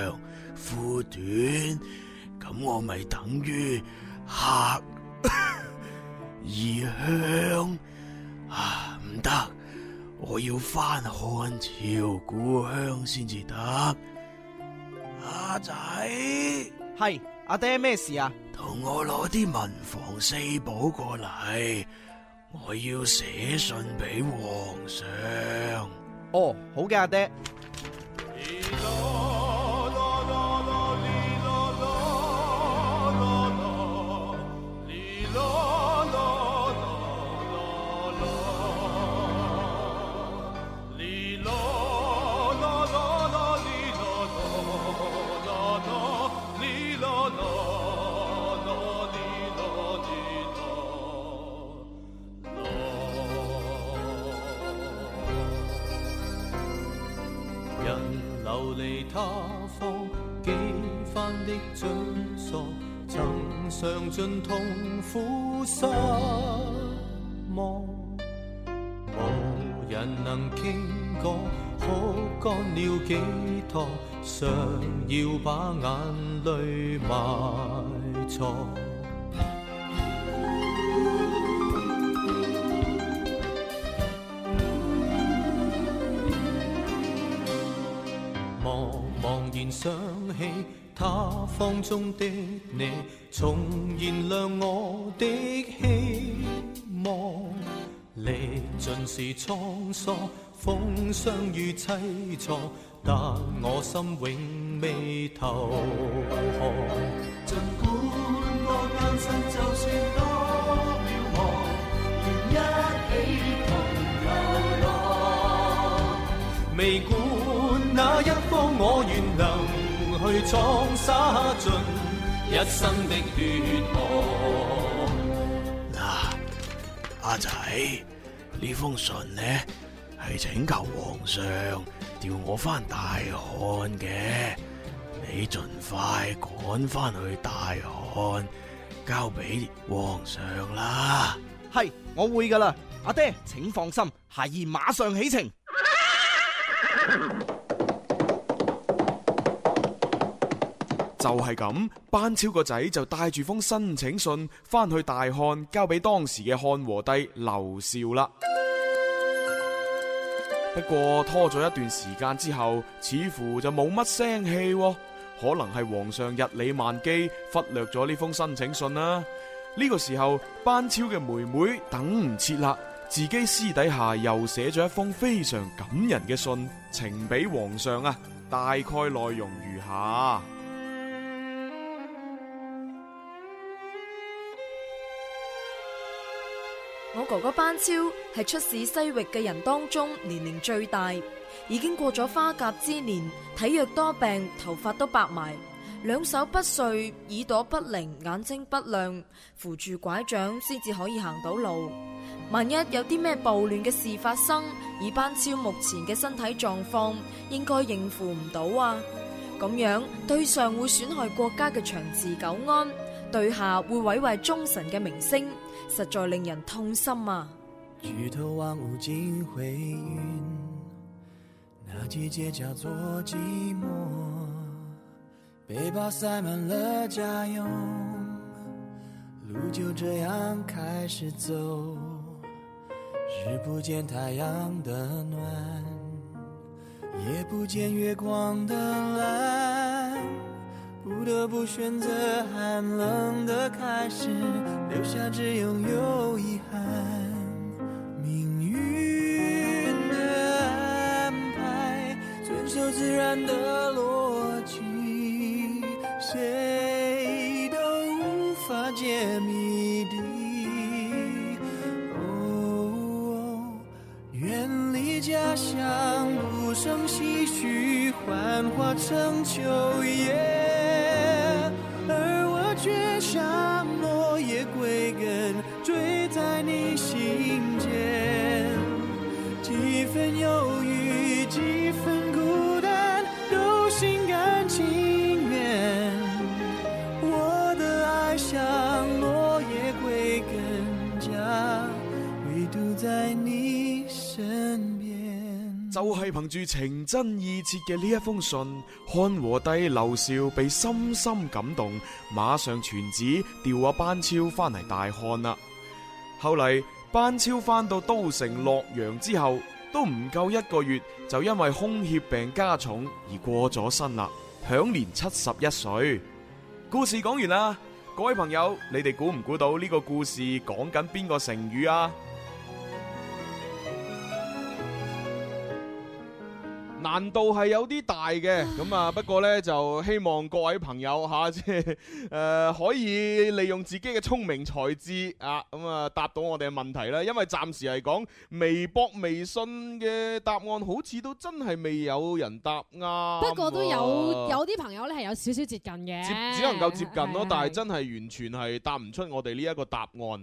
褲短？咁我咪等於客異鄉啊！唔得，我要翻漢朝故鄉先至得。阿仔，
系阿爹咩事啊？
同我攞啲文房四寶過嚟，我要寫信俾皇上。
哦，好嘅，阿爹。
人流離他方，幾番的沮喪，曾嘗盡痛苦失望。無人能傾講，哭乾了幾趟，常要把眼淚埋藏。茫茫然想起他方中的你，重燃亮我的希望。
历尽是沧桑，風霜與凄楚，但我心永未投降。
儘管多艱辛，就算多渺茫，願一起同流浪。
未管那一方，我願能去闖，灑盡一生的血汗。
阿仔，呢封信呢系请求皇上调我翻大漢嘅，你盡快趕翻去大漢，交俾皇上啦。
系，我會噶啦。阿爹，請放心，孩兒馬上起程。
就係咁，班超個仔就帶住封申請信翻去大漢，交俾當時嘅漢和帝劉肇啦。不過拖咗一段時間之後，似乎就冇乜聲氣喎，可能係皇上日理萬機，忽略咗呢封申請信啦。呢、個時候，班超嘅妹妹等唔切啦，自己私底下又寫咗一封非常感人嘅信，呈俾皇上啊。大概內容如下。
我哥哥班超係出使西域嘅人當中年齡最大，已經過咗花甲之年，體弱多病，頭髮都白埋，兩手不遂，耳朵不靈，眼睛不亮，扶住拐杖先至可以行到路。萬一有啲咩暴亂嘅事發生，以班超目前嘅身體狀況，應該應付唔到啊！咁樣對上會損害國家嘅長治久安，對下會毀壞忠臣嘅名聲，實在令人痛心啊！
举头望无尽灰云，那季节叫做寂寞。背包塞满了家用，路就这样开始走。日不见太阳的暖，夜不见月光的蓝，不得不选择寒冷的开始，留下只拥有遗憾。命运的安排，遵守自然的逻辑，谁都无法解谜底。哦，远离家乡，不胜唏嘘，幻化成秋叶，而我却像落叶归根，坠在你心间。几分忧郁，几分孤单，都心甘情愿。我的爱像落叶归根家，唯独在你身边。
就係憑住情真意切嘅呢一封信，漢和帝劉肇被深深感動，馬上傳旨調阿班超翻嚟大漢啦。後嚟班超翻到都城洛陽之後，都唔夠一個月，就因為胸怯病加重而過咗身啦，享年七十一歲。故事講完啦，各位朋友，你哋估唔估到呢個故事講緊邊個成語啊？難度係有啲大嘅，咁啊不過呢，就希望各位朋友吓， [LAUGHS] 即係誒可以利用自己嘅聰明才智啊，咁啊答到我哋嘅問題啦。因為暫時嚟講，微博、微信嘅答案好似都真係未有人答啱。
不過都
哦
有有。啲朋友咧係有少少接近嘅，
只能夠接近咯，但係真係完全係答唔出我哋呢一個答案。我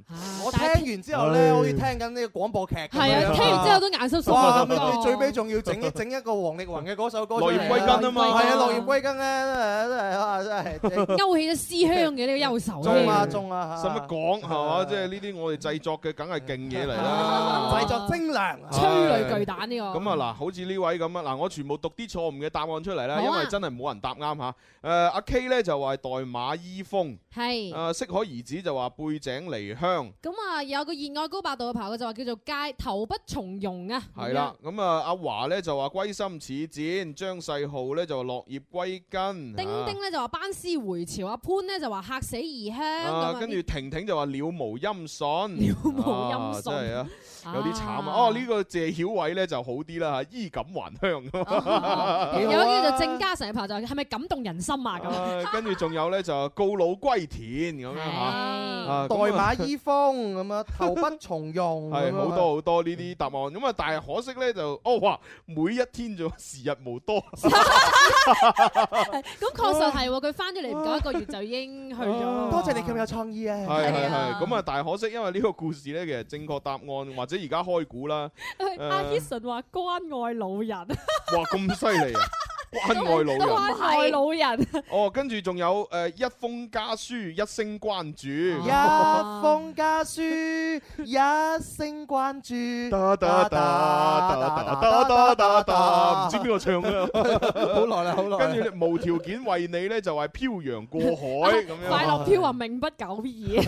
我聽完之後咧，好似聽緊呢個廣播劇咁樣。
係啊聽完之後
都眼濕濕
哇
啊
你
感覺
你最尾仲要整一整一個王力宏嘅嗰首歌出嚟。
落葉歸根啊嘛
係啊，落葉歸根咧，真係真係真
[LAUGHS]
係
勾起咗思鄉
[LAUGHS]
嘅呢個憂愁。
中啊中啊！
使乜講係嘛？即係呢啲我哋製作嘅，梗係勁嘢嚟啦。
製作精良，啊
催淚巨蛋呢個。
咁啊嗱，好似呢位咁啊嗱，我全部讀啲錯誤嘅答案出嚟
好啊
啦，因為真係冇人答啱吓。誒阿 K 咧就話係代馬依風，
係
啊
誒適可而止就話背井離鄉。
咁啊，有個熱愛高百度嘅朋友就話叫做街頭不從容啊。
係啦，咁啊阿華咧就話歸心
似箭，張世浩咧就話落葉歸根，
丁丁
啊
咧就話班師回朝，阿潘咧就話嚇死異鄉咁
啊
樣
跟住婷婷就話了無音
[LAUGHS]
訊，了
無音訊
真係啊，有啲慘啊！
啊
哦，呢個謝曉偉咧就好啲啦，衣錦還
哦
[LAUGHS]
[LAUGHS] 鄉。
有一個叫做正嘉成嘅朋友就係咪感動人心啊咁？
啊跟住仲有咧就告老歸田咁樣嚇，
嗯
啊
代
咁啊
馬依風咁啊，頭不從容咁
[LAUGHS] 係
樣啊
好多好多呢啲答案，咁啊，但係可惜咧就，哦哇，每一天就 [LAUGHS] 時日無多，
咁確實係喎，佢翻咗嚟唔夠一個月就已經去咗。
[LAUGHS] 多謝你咁有創意啊！
係係係，咁啊，但係可惜，因為呢個故事咧，其實正確答案或者而家開估啦，
阿
呃
Eason 話關愛老人，
哇咁犀利啊！關愛老人，
關愛老人。
哦，跟住仲有誒一封家書一聲關注，
一封家書，
[LAUGHS]
一聲關注，
噠噠噠噠噠噠噠噠，唔知邊個唱嘅，好
耐啦，好耐。
跟住咧無條件為你咧就係漂洋過
[LAUGHS]
海咁樣，
快樂飄啊，命不
[LAUGHS]
久矣。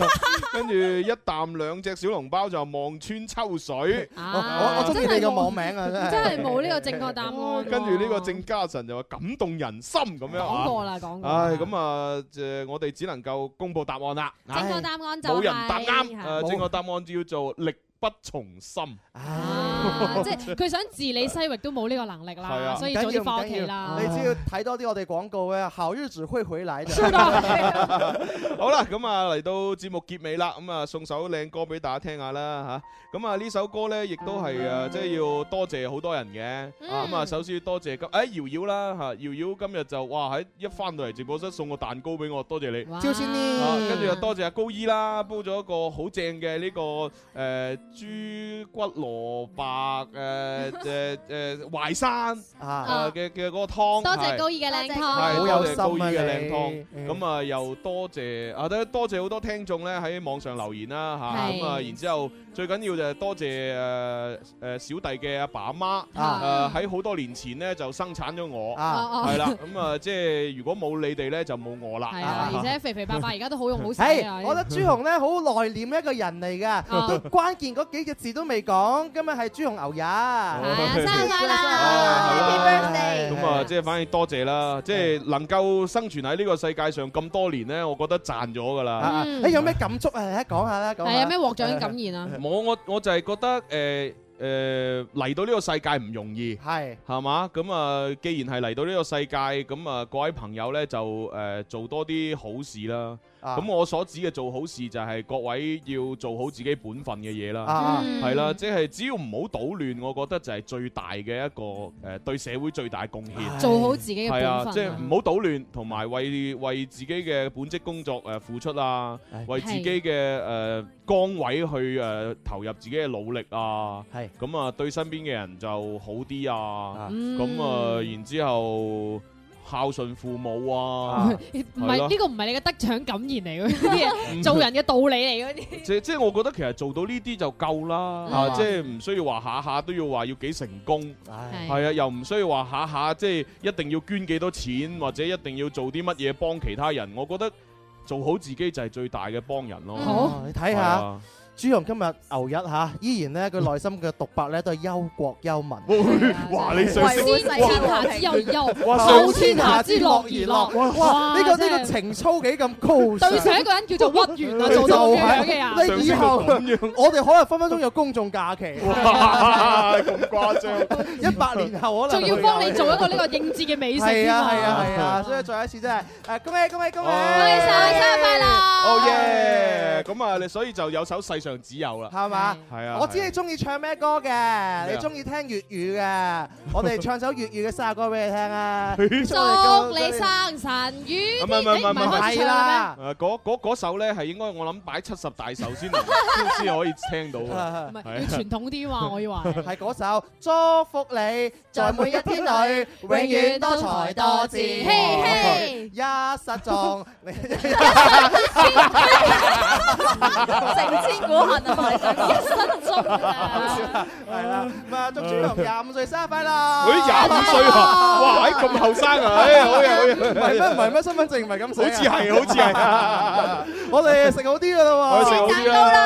跟住一啖兩隻小籠包就望穿秋水。
啊我我鍾意你嘅網名啊真係真係冇呢個正確答案喎
哦跟住呢個鄭嘉誠就話感動人心咁樣啊。
講過啦講過啦
唉，咁啊，誒，我哋只能夠公布答案啦。
正確答案就係
冇人答啱。誒，
冇
正確答案叫做力不從心。
啊即係佢想治理西域都冇呢個
[LAUGHS]
能力
係啊
啦，所以早啲翻屋企啦。
你只要睇多啲我哋廣告嘅，好日子會回來的。
好啦，咁啊嚟到節目結尾啦，咁啊送首靚歌俾大家聽下啦吓。咁啊呢首歌呢，亦都係啊，即係要多謝好多人嘅。
嗯
咁啊，首先要多謝今誒瑤瑤啦吓，瑤瑤今日就哇喺一翻到嚟直播室送個蛋糕俾我，多謝你。
趙先呢
啊跟住又多謝阿高姨啦，煲咗一個好正嘅呢個誒豬骨蘿蔔誒誒誒淮山啊嘅嘅嗰個湯。
多謝
係
高二嘅靚湯，
係
好有
多謝
心
高
啊
醫嘅靚
你
湯，咁啊又多謝啊，得多謝好多聽眾咧喺網上留言啦嚇，
係
咁啊然之後最緊要就係多謝誒誒小弟嘅阿爸阿媽，呃
啊
誒喺好多年前咧就生產咗我，
啊
係啦，咁啊即係如果冇你哋咧就冇我啦，
係啊，而且肥肥白白
[LAUGHS]
而家都好用好
[LAUGHS]
使
係
啊。
我覺得朱紅咧好內斂一個人嚟
[LAUGHS] 哦
㗎，都關鍵嗰幾隻字都未講。今日係朱紅牛日，係
哦
啊，
生
日快
哦
哎
咁啊即係反正多謝啦，即係能夠生存喺呢個世界上咁多年咧，我覺得賺咗㗎啦。
你啊有咩感觸啊？嚟講下啦，講
嗯係
下
有咩獲獎感言啊？
我我我就係覺得誒誒嚟到呢個世界唔容易，
[LAUGHS] 係
係嘛？咁啊，既然係嚟到呢個世界，咁啊各位朋友呢，就誒、呃做多啲好事啦。
啊
咁、我所指嘅做好事就係各位要做好自己本分嘅嘢啦
啊，嗯
係啦、即係只要唔好搗亂，我覺得就係最大嘅一個誒、呃、對社會最大嘅貢獻。
[LAUGHS] 做好自己嘅
係啊，
本
即係
分
唔
啊。
好搗亂，同埋為為自己嘅本職工作誒付出啊，為自己嘅誒崗位去誒投入自己嘅努力啊，
係
咁啊對身邊嘅人就好啲啊，
嗯
咁啊然之後孝順父母啊，
[LAUGHS] 唔
係
係
咯
呢個唔係你嘅得獎感
[LAUGHS]
言嚟嗰啲嘢，做人嘅道理嚟嗰啲。
[LAUGHS]
即即係我覺得其實做到呢啲就夠啦，
嗯
啊即係唔需要話下下都要話要幾成功，
唉
係啊，又唔需要話下下即係一定要捐幾多錢或者一定要做啲乜嘢幫其他人，我覺得做好自己就係最大嘅幫人咯。
好，你
係
睇下
啊。
朱紅今日牛日嚇，依然咧佢內心嘅獨白咧都係憂國
[LAUGHS]
憂民。
哇！你上升
先
哇
天
下之憂而憂
哇
後
上
天下之樂而樂
哇哇！
哇
呢個
真
呢
係
個情操幾咁高尚。
對上一個人叫做屈原啊，
就
做到咁樣嘅人。
係你以後， [LAUGHS] 我哋可能分分鐘有公眾假期。
哇咁誇張！
[LAUGHS] 一百年後可能
仲要
會有
幫你做一個呢個應節嘅美食
係
添
啊係啊係啊！所以再一次真係誒，恭喜恭喜 Oh 恭喜！
恭喜晒
生日快樂
哦耶！咁啊，你所以就有首世上只有啦，
係嘛？
係啊，
我知你中意唱咩歌嘅，
咩
你
啊
中意聽粵語嘅，我哋唱首粵語嘅生日歌俾你聽
[LAUGHS]
啊！
祝你生辰與
唔係
天，
唔係唔係唔係
啊
開始唱啦
啦
誒啊嗰嗰嗰首咧係應該我諗擺七十大壽先能先先可以聽到
啊
嘅，
[LAUGHS] 咩？唔
係
係要傳統
[LAUGHS]
啲話，我以為。
係嗰首祝福你，在每一天裏永遠多才多姿，
嘿嘿
一失
[LAUGHS]
蹤，
千古恨啊！
一失蹤啊，係啦，咁啊祝朱紅廿五歲生日快樂！
誒廿五歲啊，哇！誒咁後生
[LAUGHS]
啊，誒好嘢好嘢，
唔係咩唔係咩身份證唔係咁寫啊
好似係好似係。
[LAUGHS] 我哋食好啲噶啦喎，
我哋食好啲啦